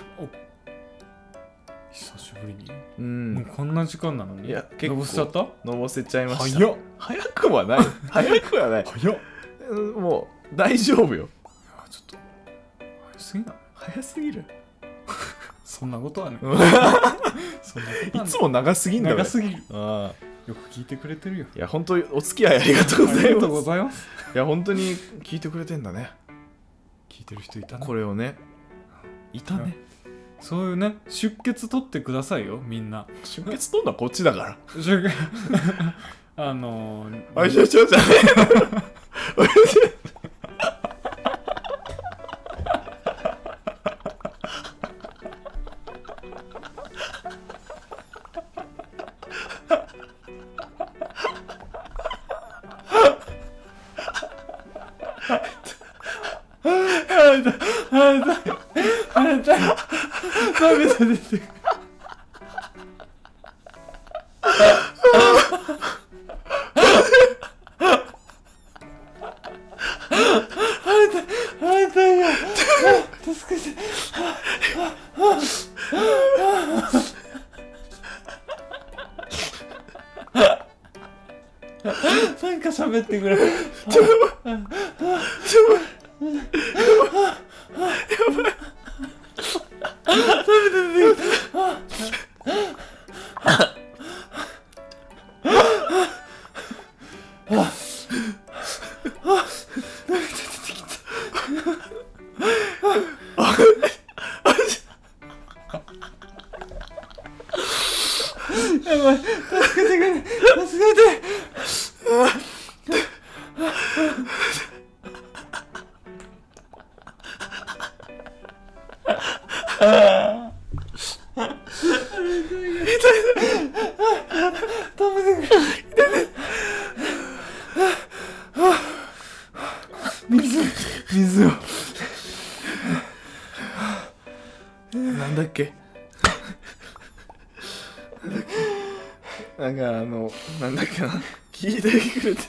[SPEAKER 2] 久しぶりに、
[SPEAKER 1] う
[SPEAKER 2] もうんこんな時間なのに
[SPEAKER 1] いや結構
[SPEAKER 2] のぼせちゃった
[SPEAKER 1] のぼせちゃいました
[SPEAKER 2] 早っ
[SPEAKER 1] 早くは
[SPEAKER 2] [laughs]
[SPEAKER 1] ない早くはない
[SPEAKER 2] 早っ
[SPEAKER 1] うんもう大丈夫
[SPEAKER 2] [laughs]
[SPEAKER 1] よ
[SPEAKER 2] あちょっと早すぎない
[SPEAKER 1] 早すぎる
[SPEAKER 2] [laughs] そんなことはね
[SPEAKER 1] うん
[SPEAKER 2] そんなこと
[SPEAKER 1] い
[SPEAKER 2] はね
[SPEAKER 1] つも長すぎんだよ
[SPEAKER 2] 長すぎる
[SPEAKER 1] ああ
[SPEAKER 2] よく聞いてくれてるよ
[SPEAKER 1] いや本当にお付き合いありがとうご
[SPEAKER 2] あ
[SPEAKER 1] ざ
[SPEAKER 2] り
[SPEAKER 1] い
[SPEAKER 2] がとう
[SPEAKER 1] ま
[SPEAKER 2] ご
[SPEAKER 1] す
[SPEAKER 2] ざいます
[SPEAKER 1] いや本当に聞いてくれてんだね
[SPEAKER 2] 聞いてる人いたね
[SPEAKER 1] これをねいたね
[SPEAKER 2] そういうね出血取ってくださいよみんな
[SPEAKER 1] 出血取んのはこっちだから
[SPEAKER 2] [laughs] 出血あのー、
[SPEAKER 1] あいしょちょじゃねえのおいしょ
[SPEAKER 2] あ痛いあ痛いあ痛い涙出てくるあ痛いあ痛いよあ助けてあなんか喋ってくれやばい助けてくれ助けて
[SPEAKER 1] があのなんだっけな聞いてく [laughs] れて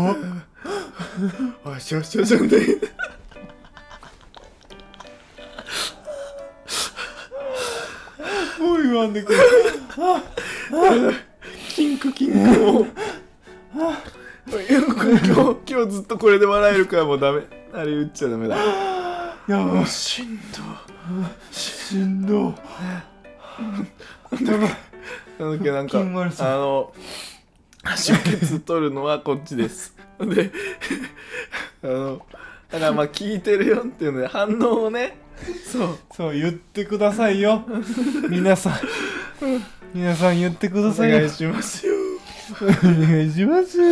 [SPEAKER 1] おいちょちょちょんで
[SPEAKER 2] もう言わんでくれ
[SPEAKER 1] キンクキンクもうおいこれ今日今日ずっとこれで笑えるからもうダメあれ打っちゃダメだ
[SPEAKER 2] やばい
[SPEAKER 1] しんど
[SPEAKER 2] しんど
[SPEAKER 1] なんだっけなんか
[SPEAKER 2] 金丸さん
[SPEAKER 1] あの出血取るのはこっちですであのだからまあ聞いてるよっていうので反応をねそう
[SPEAKER 2] [laughs] そう言ってくださいよ皆さん皆さん言ってくだ
[SPEAKER 1] お
[SPEAKER 2] さいよ
[SPEAKER 1] 願いしますよ
[SPEAKER 2] お願いしますよう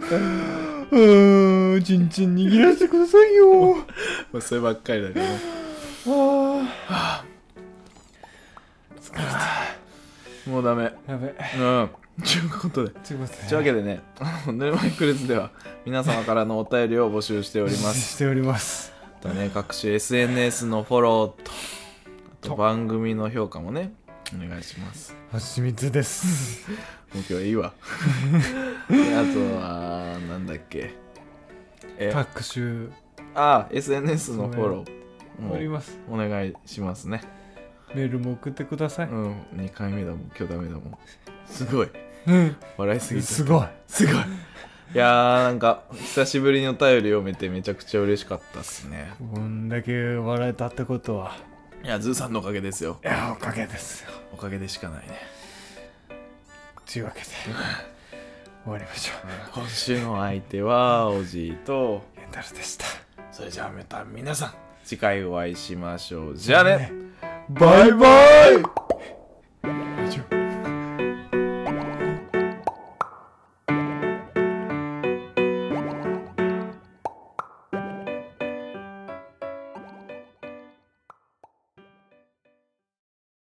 [SPEAKER 2] ーんちんちん握らせてくださ
[SPEAKER 1] [laughs]
[SPEAKER 2] いよ
[SPEAKER 1] まあそればっかりだけどね
[SPEAKER 2] あ
[SPEAKER 1] もうダメ
[SPEAKER 2] ーや
[SPEAKER 1] う
[SPEAKER 2] べ
[SPEAKER 1] んということで
[SPEAKER 2] ちょっと待って
[SPEAKER 1] というわけでねあの「ぬるま湯クルーズ」では皆様からのお便りを募集しております
[SPEAKER 2] しております
[SPEAKER 1] あとね各種 SNS のフォローとあと番組の評価もねお願いします
[SPEAKER 2] 蜂蜜です
[SPEAKER 1] もう今日はいいわであとはなんだっけえあ
[SPEAKER 2] 各種
[SPEAKER 1] あ SNS のフォロー
[SPEAKER 2] おり
[SPEAKER 1] もう
[SPEAKER 2] ます
[SPEAKER 1] お願いしますね
[SPEAKER 2] メールも送ってください
[SPEAKER 1] うん2回目だもん今日ダメだもんすごい
[SPEAKER 2] うん
[SPEAKER 1] 笑いすぎて
[SPEAKER 2] すごい
[SPEAKER 1] すごいいやーなんか久しぶりにお便り読めてめちゃくちゃ嬉しかったっすね
[SPEAKER 2] こんだけ笑えたってことはい
[SPEAKER 1] やズーさんのおかげですよ
[SPEAKER 2] いやおかげですよ
[SPEAKER 1] おかげでしかないね
[SPEAKER 2] というわけで終わりましょ
[SPEAKER 1] 今週の相手はおじいと
[SPEAKER 2] うレンタルでした
[SPEAKER 1] それじゃあまた皆さん次回お会いしましょうじゃあね
[SPEAKER 2] バイバイ